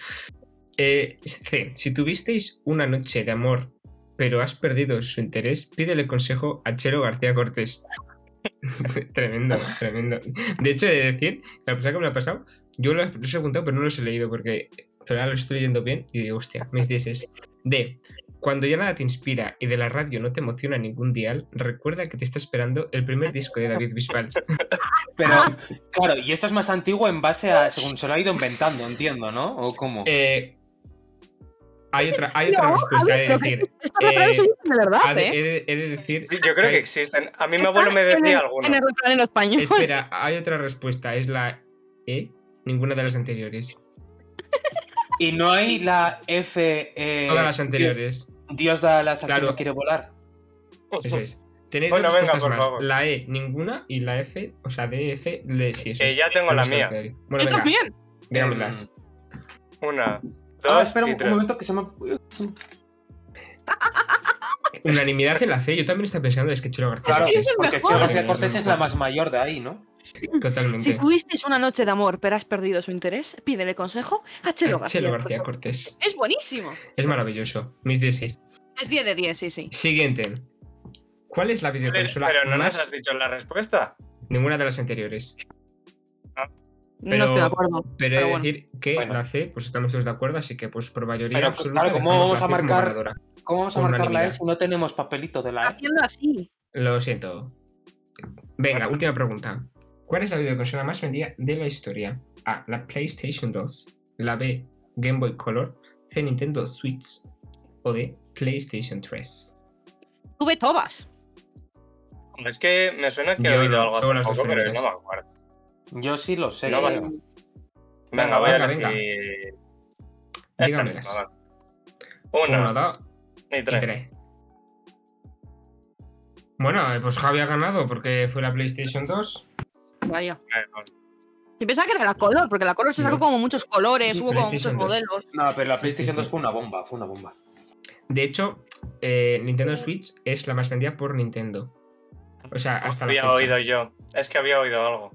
Eh, C. Si tuvisteis una noche de amor, pero has perdido su interés, pídele consejo a Chelo García Cortés. tremendo, tremendo. De hecho, he de decir, la persona que me lo ha pasado, yo lo he los he apuntado, pero no los he leído porque pero ahora lo estoy leyendo bien y digo, hostia, mis dices. D. Cuando ya nada te inspira y de la radio no te emociona ningún dial, recuerda que te está esperando el primer disco de David Bisbal.
Pero, claro, y esto es más antiguo en base a según se lo ha ido inventando, entiendo, ¿no? ¿O cómo?
Eh, hay otra, hay otra
No,
respuesta,
Javier, pues,
he
pero
de decir.
Estos refranes
eh,
existen de
Ha
verdad,
de-
¿eh?
he de- he de decir
Sí, Yo creo
hay-
que existen. A mí mi abuelo me
Están en el-
decía
En
alguno.
el refranero español.
Espera, hay otra respuesta, es la E, ninguna de las anteriores.
Eh,
Y no hay la F. eh,
Todas las anteriores.
Dios, Dios da las claro.
Claro.
no quiere volar.
Eso es. Tenéis
Oh, Bueno,
dos
venga,
respuestas
por
más.
favor.
La E, ninguna, y la F, o sea, D, F, D, sí, eso
Que
es.
Eh, ya tengo
Son
la
las
mía.
anteriores.
Yo
Bueno, venga,
también.
digámoslas.
Una,
Ah,
Mm. dos
espera un,
y
un
tres.
momento que se me.
Unanimidad en la C, yo también estaba pensando, es que Chelo García.
Claro,
que es el
porque
mejor.
Chelo
Madre
García
mía,
Cortés
es el
es la
mejor.
más mayor de ahí, ¿no?
Totalmente.
Si tuvisteis una noche de amor, pero has perdido su interés, pídele consejo a Chelo García.
Chelo García Cortés.
Es buenísimo.
Es maravilloso. Mis 16.
Es 10 de 10, sí, sí.
Siguiente. ¿Cuál es la videoconsola
Pero no nos
más...
has dicho la respuesta.
Ninguna de las anteriores. Pero-
No estoy de acuerdo.
Pero,
Pero
he de
bueno.
decir que
Bueno.
la C, pues estamos todos de acuerdo, así que pues por mayoría
Pero,
absoluta
claro, ¿cómo
dejamos
vamos
la
a
C como
marcar?
ganadora.
¿Cómo vamos a
Por
marcar la E
unanimidad.
si no tenemos papelito
Ah.
de la E?
Haciendo así.
Lo siento. Venga, última pregunta. ¿Cuál es la videoconsola más vendida de la historia? A. La PlayStation 2. La B. Game Boy Color. C. Nintendo Switch. O D. PlayStation 3.
Tuve tobas.
Es que me suena que he
Yo
oído
no,
algo hace
son las
poco,
dos
pero no
primeras.
me acuerdo.
Yo sí lo sé.
No,
creo.
vale.
Eh,
Venga,
Venga,
voy a
venga, venga.
decir. Esta
Dígamelas.
misma, va.
Uno,
Una
dos
y
y
tres.
tres. Bueno, eh, pues Javi ha ganado porque fue la PlayStation 2.
Vaya.
Bueno,
Yo pensaba que era la color, porque la color se sacó
No.
como muchos colores, hubo como muchos
PlayStation dos.
modelos.
No, pero la
Sí,
PlayStation
sí,
2
sí.
fue una bomba, fue una bomba.
De hecho, eh, Nintendo Switch es la más vendida por Nintendo. O sea, hasta la
Había
fecha.
oído yo. Es que había oído algo.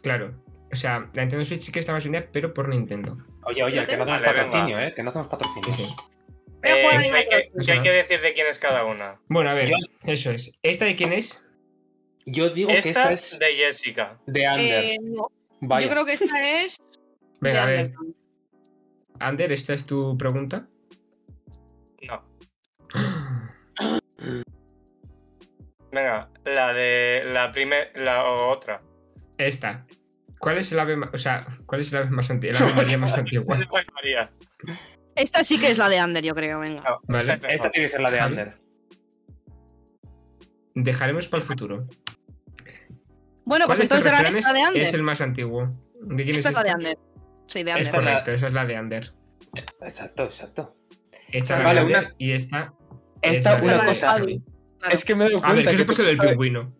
Claro. O sea, la Nintendo Switch sí que es la más vendida, pero por Nintendo.
Oye, oye, que no hacemos
Vale, venga.
patrocinio, ¿eh? Que no hacemos
Sí,
patrocinio.
sí.
Voy a
Eh,
jugar ahí
que
la
hay que,
otra.
que hay que decir de quién es cada una.
Bueno, a ver,
Yo-
eso es. ¿Esta de quién es?
Yo digo que
Esta
esta es
de Jessica.
de Under.
Eh, no,
Vaya.
yo creo que esta es.
Venga, a
de
ver.
Underground.
Ander, ¿esta es tu pregunta?
No. Venga, la de la primera, la otra.
Esta. ¿Cuál es el ave más, o sea, ¿cuál es el ave más antigua? El ave María más antigua.
Ay, María.
Esta sí que es la de Ander, yo creo, venga.
No,
Vale.
esta es
Esta
mejor.
tiene que ser la de
Javi.
Under.
Dejaremos para el futuro.
Bueno, pues
¿Cuál de estos
entonces será
refranes
esta de
Es
Ander.
el más antiguo. ¿De quién
Esta
es
es la de
esta?
Ander. Sí, de
Es
Ander.
Esta-
correcto, esa es la de Ander.
Exacto, exacto.
Esta es la
Vale,
de
una-
Ander y esta. es
Esta,
la de
una
Javi.
cosa.
Claro.
Es que me he dado
A ver,
cuenta
¿qué
que
os pasa del
a ver,
pingüino?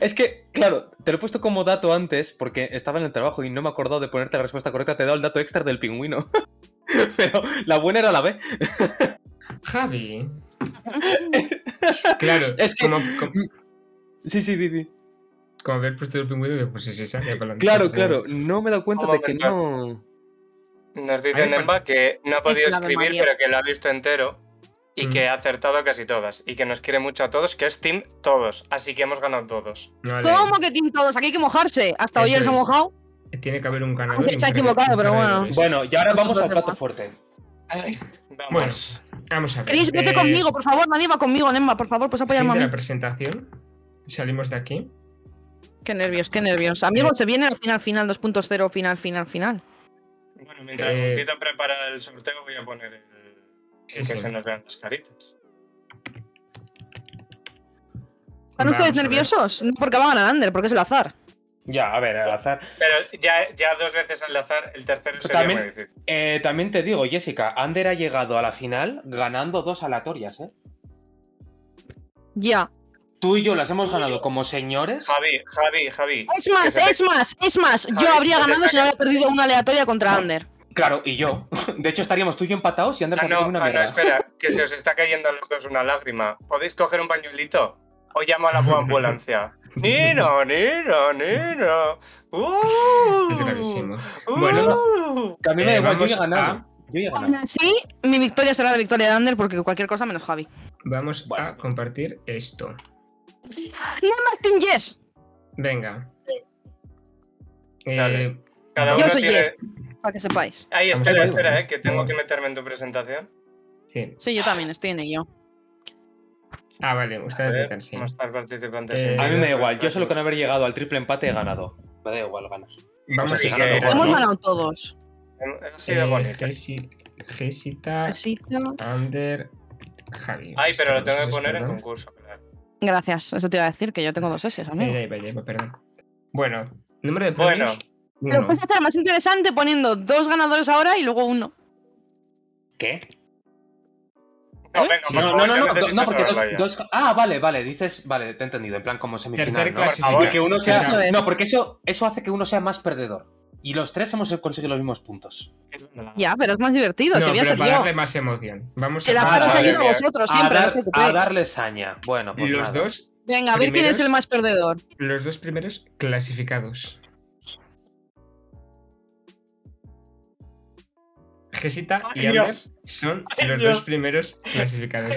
Es que, claro, te lo he puesto como dato antes porque estaba en el trabajo y no me he acordado de ponerte la respuesta correcta. Te he dado el dato extra del pingüino. Pero la buena era la B.
Javi. Claro,
Es que-
como, como,
Sí, sí, sí. sí.
como haber puesto el pingüino, digo, pues es esa. ya para adelante.
Claro, claro. No me he dado cuenta
Vamos
de que
a pensar.
no.
Nos
A
dice
mí me
Nemba que no ha podido
la de
escribir,
María.
pero que lo ha visto entero y
Mm.
que ha acertado casi todas. Y que nos quiere mucho a todos, que es Team Todos. Así que hemos ganado todos.
Vale.
¿Cómo que tienen todos? Aquí hay que mojarse. Hasta hoy
Eso
él se ha
es.
mojado.
Tiene que haber un ganador.
Aunque
y un
se ha
perdi-
equivocado,
un
pero bueno.
perdedor.
Bueno, y ahora vamos al
Otro
plato
tema.
fuerte.
Vamos.
Bueno, vamos a ver.
Chris, vete
de-
conmigo, por favor. Nadie va conmigo, Nemba. Por favor, pues
Fin
apoyarme a
de la
mí.
presentación. Salimos de aquí.
Qué nervios, qué nervios. Amigos, se viene al final, final 2.0, final, final, final.
Bueno, mientras
Eh.
Tito prepara el sorteo, voy a poner el,
Sí,
el que
sí.
se nos vean las caritas.
¿Están
Vamos
ustedes
a ver.
nerviosos? No porque va a ganar Ander, porque es el azar.
Ya, a ver, al azar.
Pero ya, ya dos veces al azar, el tercero sería
También-
muy difícil.
Eh, también te digo, Jessica, Ander ha llegado a la final ganando dos aleatorias, ¿eh?
Ya.
Tú y yo las hemos ganado como señores.
Javi, Javi, Javi.
Es más,
que se te-
es más, es más. Yo
Javi,
habría
que se
ganado si no
saca-
hubiera perdido una aleatoria contra Ander.
Claro, y yo. De hecho, estaríamos tú y yo empatados y Ander
Ah,
sacando
no,
una
ah, no,
mierda.
espera, que se os está cayendo a los dos una lágrima. ¿Podéis coger un pañuelito? O llamo a la ambulancia. Nino, Nino, Nino. ¡Uh!
Es gravísimo.
¡Uh!
Bueno.
Que a mí me
Eh,
da igual, yo
vamos
he ganado.
a-
Yo he ganado.
Aún así, mi victoria será la victoria de Ander porque cualquier cosa menos Javi.
Vamos a
Bueno.
compartir esto.
¡No, Martín, yes!
Venga. Eh,
Dale. Cada
Yo
uno
soy este.
tiene...
Jess. Para que sepáis.
Ay,
Vamos
espera,
a-
espera, eh, que tengo que meterme en tu presentación.
sí.
Sí, yo también estoy en ello.
Ah, vale,
A
ustedes
ver,
votan, sí.
mostrar participantes.
Eh,
en-
A mí me da igual, yo solo con haber llegado al triple empate he ganado. Me da igual, ganas.
Vamos
Sí,
a
que-
ver.
Hemos
Bueno.
ganado todos.
Ha sido bonito.
Gesita,
Besito.
Ander, Javi.
Ay, pero lo pues tengo
Esto,
que
eso es
poner en
perdón.
concurso. claro.
Gracias, eso te iba a decir, que yo tengo dos S,
Eh,
amigo.
ya iba, ya iba, perdón. Bueno, número de
Bueno.
premios.
Lo
uno.
puedes hacer más interesante poniendo dos ganadores ahora y luego uno.
¿Qué?
No, venga, por
No,
favor,
no,
yo
no, no,
necesito
no, porque
saberlo
dos,
ya.
dos- Ah, vale, vale, dices, vale, te he entendido, en plan como semifinal,
Tercer
¿no?
clasificado.
Por
Y que uno sea...
Eso es.
No, porque eso, eso hace que uno sea más perdedor. Y los tres hemos conseguido los mismos puntos.
Ya, pero es más divertido,
No,
si voy a
pero
ser
para
yo.
darle más emoción. Vamos
Se la
a
Ah,
paro
madre
seguido a
mía.
vosotros
A,
siempre, no os
dar- a
preocupéis.
darle saña. Bueno, pues
los
nada.
dos,
Venga, a ver quién es
primeros.
el más perdedor.
los dos primeros clasificados. Gesita y
Ay,
Ander
Dios.
son
Ay,
los
Dios.
dos primeros clasificados.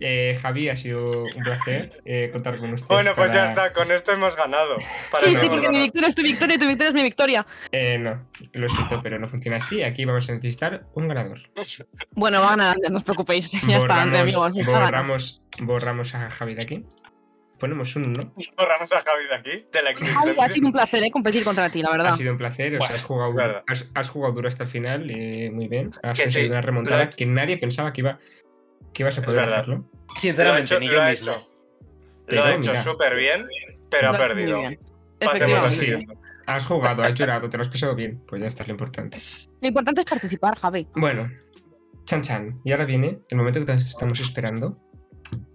Eh, Javi, ha sido un placer eh, contar con usted.
Bueno, pues ya
para-
está, con esto hemos ganado. Para
Sí,
que
sí,
no
porque mi
volvamos.
victoria es tu victoria y tu victoria es mi victoria.
Eh, no, lo siento, pero no funciona así. Aquí vamos a necesitar un ganador.
Bueno, van a no os preocupéis. Ya está, Ander, amigos. ya está, gana.
borramos, borramos a Javi de aquí. Ponemos un no.
Borramos a Javi de aquí, de la existencia.
Javi, ha sido un placer eh, competir contra ti, la
Ha
verdad.
sido un placer. o sea,
Bueno,
has, jugado,
es verdad.
has, has jugado duro hasta el final. eh, muy bien. Has
Que
conseguido
sí,
una remontada
lo he-
que nadie pensaba que, iba, que ibas a poder
verdad.
hacerlo.
Sinceramente,
Lo ha hecho-
ni
lo
yo
ha
mismo.
hecho.
Pero
Lo ha hecho
mira.
súper bien, pero ha
Muy
perdido.
bien,
Pasemos al
efectivamente.
siguiente.
Has jugado, has llorado, te lo has pasado bien. Pues ya está, es lo importante.
Lo importante es participar, Javi.
Bueno, Chan Chan. Y ahora viene el momento que todos estamos esperando,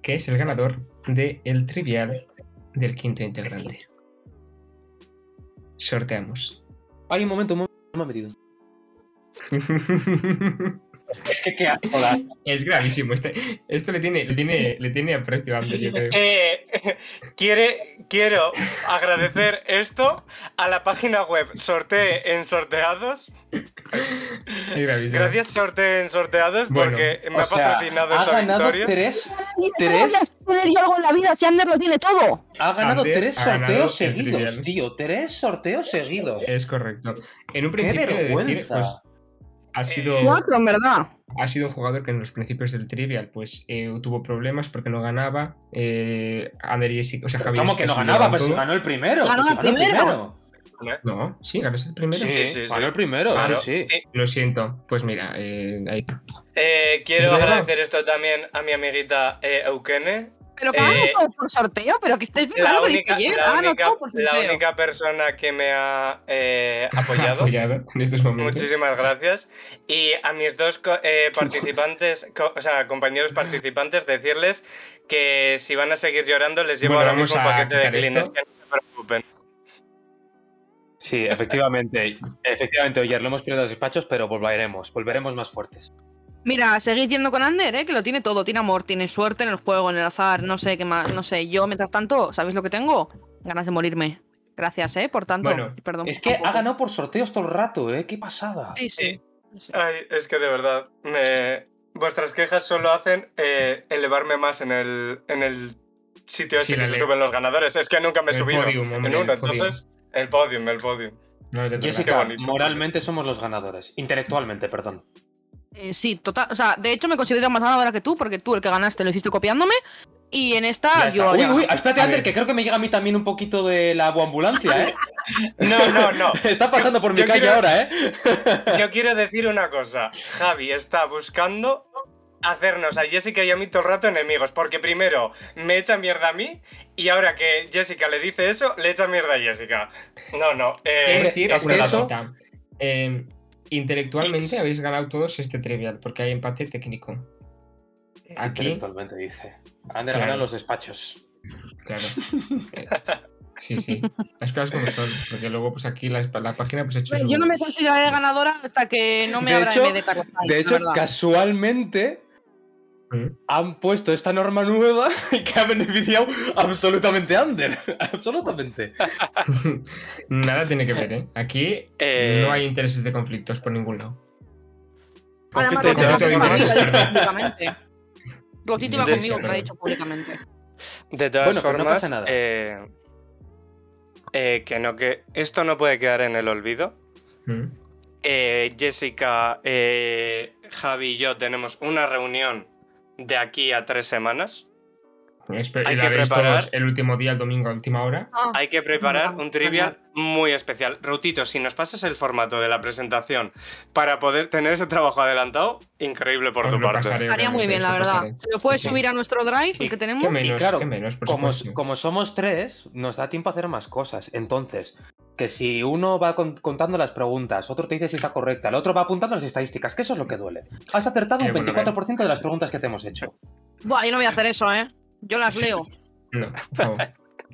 que es el ganador del trivial del quinto integrante. Sorteamos.
Hay un momento, un momento, no me he metido. Es que qué asco da.
es gravísimo. Este, esto le tiene, le tiene, le tiene aprecio a Ander, yo creo.
Eh, quiere, quiero agradecer esto a la página web Sortee en Sorteados.
Es gravísimo.
Gracias, Sortee en Sorteados,
Bueno,
porque me
O
ha
sea,
patrocinado
ha
esta
ganado
victoria.
tres,
¿Cómo vas
tres,
a poder yo algo en la vida si Ander lo tiene todo?
ha ganado
Ander
tres
ha ganado
sorteos
el
seguidos,
trivial.
tío. Tres sorteos seguidos.
Es correcto. En un
¡Qué
principio, he de decir,
vergüenza! Eh,
pues, ha sido,
Eh.
Cuatro, en verdad.
ha sido un jugador que en los principios del trivial pues eh, tuvo problemas porque no ganaba. Eh, Ander y Jessica- o sea, Javier
¿Cómo
y
que no
Jessica se
ganaba?
llevaban
Pues si
todo.
ganó el primero.
Ganó
pues si
el
ganó el
primero.
primero.
No, sí, ganaste el primero.
Sí, sí, sí.
ganó el primero.
Claro,
sí, sí.
sí.
Lo siento, pues mira, eh, ahí está.
Eh, quiero
Claro.
agradecer esto también a mi amiguita eh, Eukene,
Pero que
Eh,
hagan todo por sorteo, pero que estés bien,
la
algo de
única,
ayer,
la
hagan
única-
todo por
la
sorteo.
única persona que me ha eh, apoyado.
Apoyado en estos momentos.
Muchísimas gracias. Y a mis dos co- eh, participantes, co- o sea, compañeros participantes, decirles que si van a seguir llorando, les llevo
Bueno,
ahora mismo un
vamos a
paquete de
quitar
Kleenex,
esto.
que no se preocupen.
Sí, efectivamente. efectivamente, oye, lo hemos perdido los despachos, pero volveremos. Volveremos más fuertes.
Mira, seguid yendo con Ander, ¿eh? que lo tiene todo. Tiene amor, tiene suerte en el juego, en el azar, no sé qué más, no sé. Yo, mientras tanto, ¿sabéis lo que tengo? Ganas de morirme. Gracias, ¿eh? Por tanto.
Bueno,
Y perdón.
Es que
tampoco.
ha ganado por sorteos todo el rato, ¿eh? ¡Qué pasada!
Sí, sí. sí.
Ay, es que de verdad, me- vuestras quejas solo hacen eh, elevarme más en el, en el sitio ese
Sí,
que
la
se
ley.
suben los ganadores. Es que nunca me he
El
subido
podium, hombre,
en uno,
el podium.
entonces... El podium, el podium.
No, de verdad.
Qué
Jessica,
bonito.
moralmente somos los ganadores. Intelectualmente, perdón.
Eh, sí, total. O sea, de hecho me considero más ganadora que tú, porque tú el que ganaste lo hiciste copiándome. Y en
Ya
esta
está.
yo
Uy,
habría
uy,
ganado.
espérate,
A
Ander,
ver.
que creo que me llega a mí también un poquito de la ambulancia, ¿eh?
No, no, no.
Está pasando por mi
Yo
calle
quiero-
ahora, ¿eh?
Yo quiero decir una cosa. Javi está buscando hacernos a Jessica y a mí todo el rato enemigos, porque primero me echa mierda a mí y ahora que Jessica le dice eso, le echa mierda a Jessica. No, no. eh,
Es decir,
es
una
verdad.
eso-
cosita. Eh, intelectualmente habéis ganado todos este trivial, porque hay empate técnico.
Eh,
Aquí,
Intelectualmente dice. Ander
Claro.
gana los despachos.
claro. Eh, Sí, sí. Las cosas como son. Porque luego, pues aquí la, la página pues ha hecho
Bueno,
su-
yo no me consideraré ganadora hasta que no me
De
abra
hecho-
MD Carvajal,
De
la
hecho,
verdad.
casualmente
¿Mm?
han puesto esta norma nueva que ha beneficiado absolutamente a Ander. Absolutamente.
¿Mm? Nada tiene que ver, ¿eh? Aquí
Eh,
no hay intereses de conflictos por ningún lado.
Ahora Marco,
Conflicto de
te vas a
intereses.
conmigo, lo ha dicho públicamente. Rotito iba
De-
conmigo, lo ha dicho públicamente.
De todas
Bueno, pero no
formas,
pasa nada.
eh, eh, que no, que esto no puede quedar en el olvido.
¿Mm?
Eh, Jessica, eh, Javi y yo tenemos una reunión de aquí a tres semanas.
Espe-
Hay
la
que
veis
preparar-
todos el último día, el domingo, a última hora.
Ah,
Hay que preparar
Vale.
un trivial muy especial. Rutito, si nos pasas el formato de la presentación para poder tener ese trabajo adelantado, increíble por
Os
tu
Pues lo
parte.
pasaré,
estaría muy
obviamente,
bien, la
os lo
verdad.
pasaré.
¿Lo puedes
Sí, sí.
subir a nuestro drive, el que tenemos?
¿Qué menos?
claro,
¿Qué menos? Por
Como,
supuesto.
como somos tres, nos da tiempo a hacer más cosas. Entonces, que si uno va con- contando las preguntas, otro te dice si está correcta, el otro va apuntando las estadísticas, que eso es lo que duele. Has acertado
Eh,
un
bueno,
24% de las preguntas que te hemos hecho.
Buah, yo no voy a hacer eso, ¿eh? Yo las leo.
No, por favor.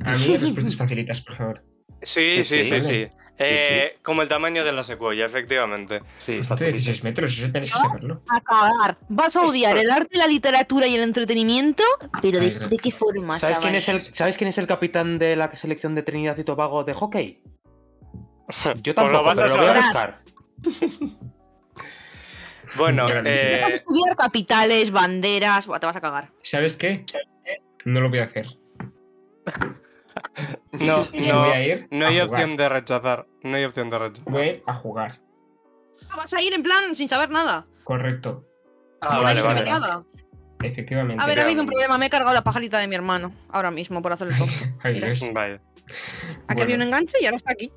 A mí respuestas facilitas, por favor.
Sí, sí,
Sí,
sí, sí.
sí.
Eh, Como el tamaño de la secuoya, efectivamente.
Sí,
Esto de 16 metros, eso tenéis que
¿Ah?
saberlo.
Acabar. Vas a odiar el arte, la literatura y el entretenimiento, pero
Ay, gracias.
¿de, de qué forma,
¿Sabes
chaval?
quién, es el, ¿Sabes quién es el capitán de la selección de Trinidad y Tobago de hockey? Yo
Pues lo
tampoco,
vas a
pero lo voy a
saber.
buscar.
Bueno,
Claro, sí, sí.
eh,
Vas a estudiar capitales, banderas... Buah, te vas a cagar.
¿Sabes qué? No lo voy a hacer.
no,
Y voy
no,
a ir
no
a
hay
jugar.
opción de rechazar. No hay opción de rechazar.
Voy a ir a jugar.
Ah, Vas a ir en plan sin saber nada.
Correcto.
Ah,
No
vale,
hay
vale.
saber nada.
Efectivamente.
A ver, ha
Ya,
habido un
bueno.
problema. Me he cargado la pajarita de mi hermano ahora mismo por hacer el top.
Ay,
mira.
Dios.
Vale.
Aquí había un enganche y ahora está aquí.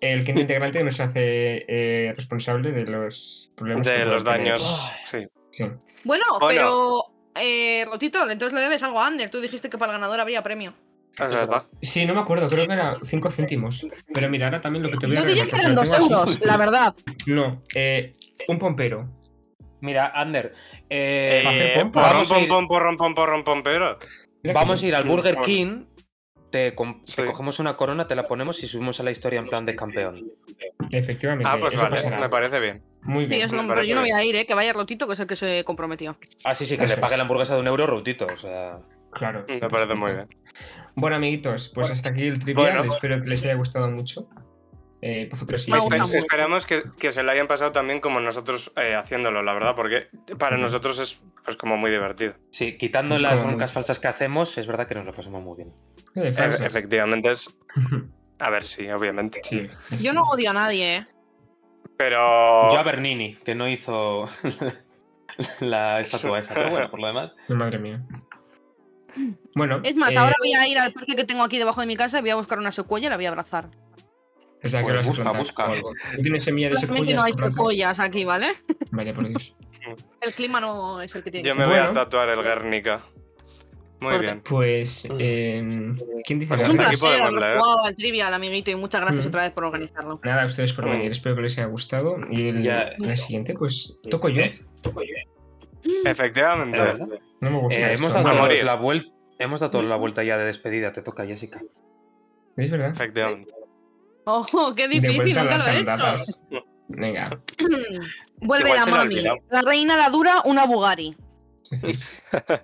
El quinto integrante nos hace eh, responsable de los problemas. que
De
puedan
los
tener.
daños. Sí.
Sí.
Bueno,
Bueno.
pero. Eh, Rotito, entonces le debes algo a Ander. Tú dijiste que para el ganador habría premio.
Es verdad.
Sí, no me acuerdo, creo que era 5 céntimos. Pero mira, ahora también lo que te voy a
Yo diría que
arrebatar,
eran
lo
dos
tengo aquí.
euros, la verdad.
No, eh, un pompero.
Mira, Ander, eh,
hacer
Eh,
pompa.
porrón,
Vamos a
pom,
ir-
pom, porrón, pom, porrón, pom, pero.
Mira
vamos
que-
a ir al Burger
Bueno.
King, te,
Eh,
com- te
Sí.
cogemos una corona, te la ponemos y subimos a la historia en plan de campeón.
Efectivamente.
Ah, pues
eso
vale,
pasará.
me parece bien.
Muy
Sí,
bien.
eso
me
no- pero
parece
yo no voy a ir, ¿eh? Que vaya Rotito, que es el que se comprometió.
Ah, sí, sí, que
Eso
le pague
es.
la hamburguesa de un euro rutito, o sea...
Claro.
Me parece muy bien.
Bueno, amiguitos, pues hasta aquí el trivial.
Bueno.
Espero que les haya gustado mucho. Eh, para futuros
Me ha
Espe-
gustado
siguientes.
mucho.
esperamos que, que se lo hayan pasado también como nosotros eh, haciéndolo, la verdad, porque para nosotros es pues, como muy divertido.
Sí, quitando las
Como
broncas
mucho.
falsas que hacemos, es verdad que nos lo pasamos muy bien.
Eh,
E-
falsas.
efectivamente es. A ver, sí, obviamente.
Sí,
Yo
sí.
no odio a nadie, ¿eh?
Pero.
Yo a Bernini, que no hizo la estatua esa, pero bueno, por lo demás...
No, Madre mía. Bueno.
Es más,
eh,
ahora voy a ir al parque que tengo aquí debajo de mi casa y voy a buscar una secuoya y la voy a abrazar.
o sea, que lo vas
Pues
a
busca,
plantar
busca.
o algo. ¿Tú tienes semilla de
Realmente no hay
secuoya?
secuoyas aquí, ¿vale?
Vaya por Dios.
El clima no es el que tiene
Yo
que
me
Bueno.
voy a tatuar el Guernica. Muy
Corte.
bien.
Pues. eh, ¿Quién dice
Pues
ser.
nada?
Es un
Hasta aquí
placer
podemos
haber
leer.
jugado al trivial, amiguito, y muchas gracias
¿eh? Mm.
otra vez por organizarlo.
Nada, a ustedes por
Mm.
venir. Espero que les haya gustado. Y el,
Ya.
la siguiente, pues toco
Eh,
yo. Mm.
Efectivamente.
Es verdad.
No me gusta.
Eh,
esto.
hemos,
A
dado todos
morir.
la vuelta, hemos dado todos la vuelta ya de despedida, te toca Jessica.
Es verdad.
Efectivamente.
¡Oh, qué
De
difícil!
vuelta a
Nunca
las
lo he hecho.
andadas. Venga.
Vuelve
Igual
la
se le ha
mami.
olvidado.
La reina la dura, una Bugari.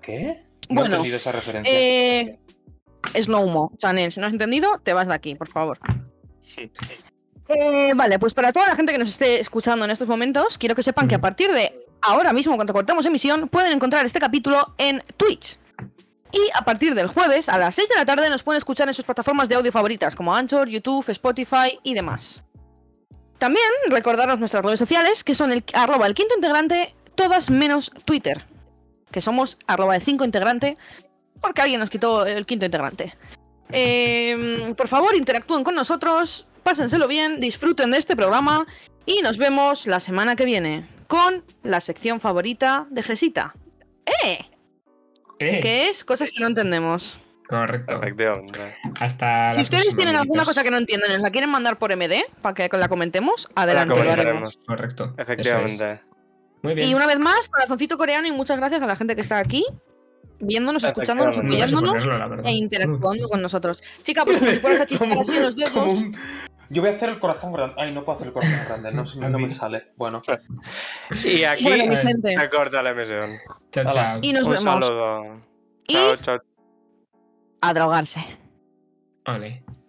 ¿Qué? No he
Bueno,
entendido esa referencia.
eh. Snowmo, Chanel, si no has entendido, te vas de aquí, por favor. Eh, vale, pues para toda la gente que nos esté escuchando en estos momentos, quiero que sepan que a partir de ahora mismo, cuando cortemos emisión, pueden encontrar este capítulo en Twitch. Y a partir del jueves, a las 6 de la tarde, nos pueden escuchar en sus plataformas de audio favoritas, como Anchor, YouTube, Spotify y demás. También recordaros nuestras redes sociales, que son el, arroba el quinto integrante, todas menos Twitter, que somos arroba el cinco integrante, porque alguien nos quitó el quinto integrante. Eh, por favor, interactúen con nosotros, pásenselo bien, disfruten de este programa y nos vemos la semana que viene con la sección favorita de Gesita. ¡Eh!
Eh,
Que es cosas que no entendemos.
Correcto.
Efectivamente.
Hasta
Si ustedes tienen alguna cosa que no entienden, nos la quieren mandar por MD para que la comentemos, adelante, lo haremos.
comentaremos.
Correcto. Eso es.
Efectivamente.
Muy bien.
Y una vez más, corazoncito coreano y muchas gracias a la gente que está aquí, viéndonos, escuchándonos,
Efectivamente.
Pues Gracias por
apoyándonos
verlo, la verdad.
e interactuando con nosotros. Chica, pues como si fueras a chistar así en los
Como
dedos.
un- Yo voy a hacer el corazón grande. Ay, no puedo hacer el corazón grande, no, se- no me sale. Bueno,
Y aquí
Bueno, mi
eh,
gente.
se corta la emisión.
Chao,
Hala.
chao.
Y nos
Un
vemos.
saludo.
Y
Chao, chao.
a drogarse.
Ole.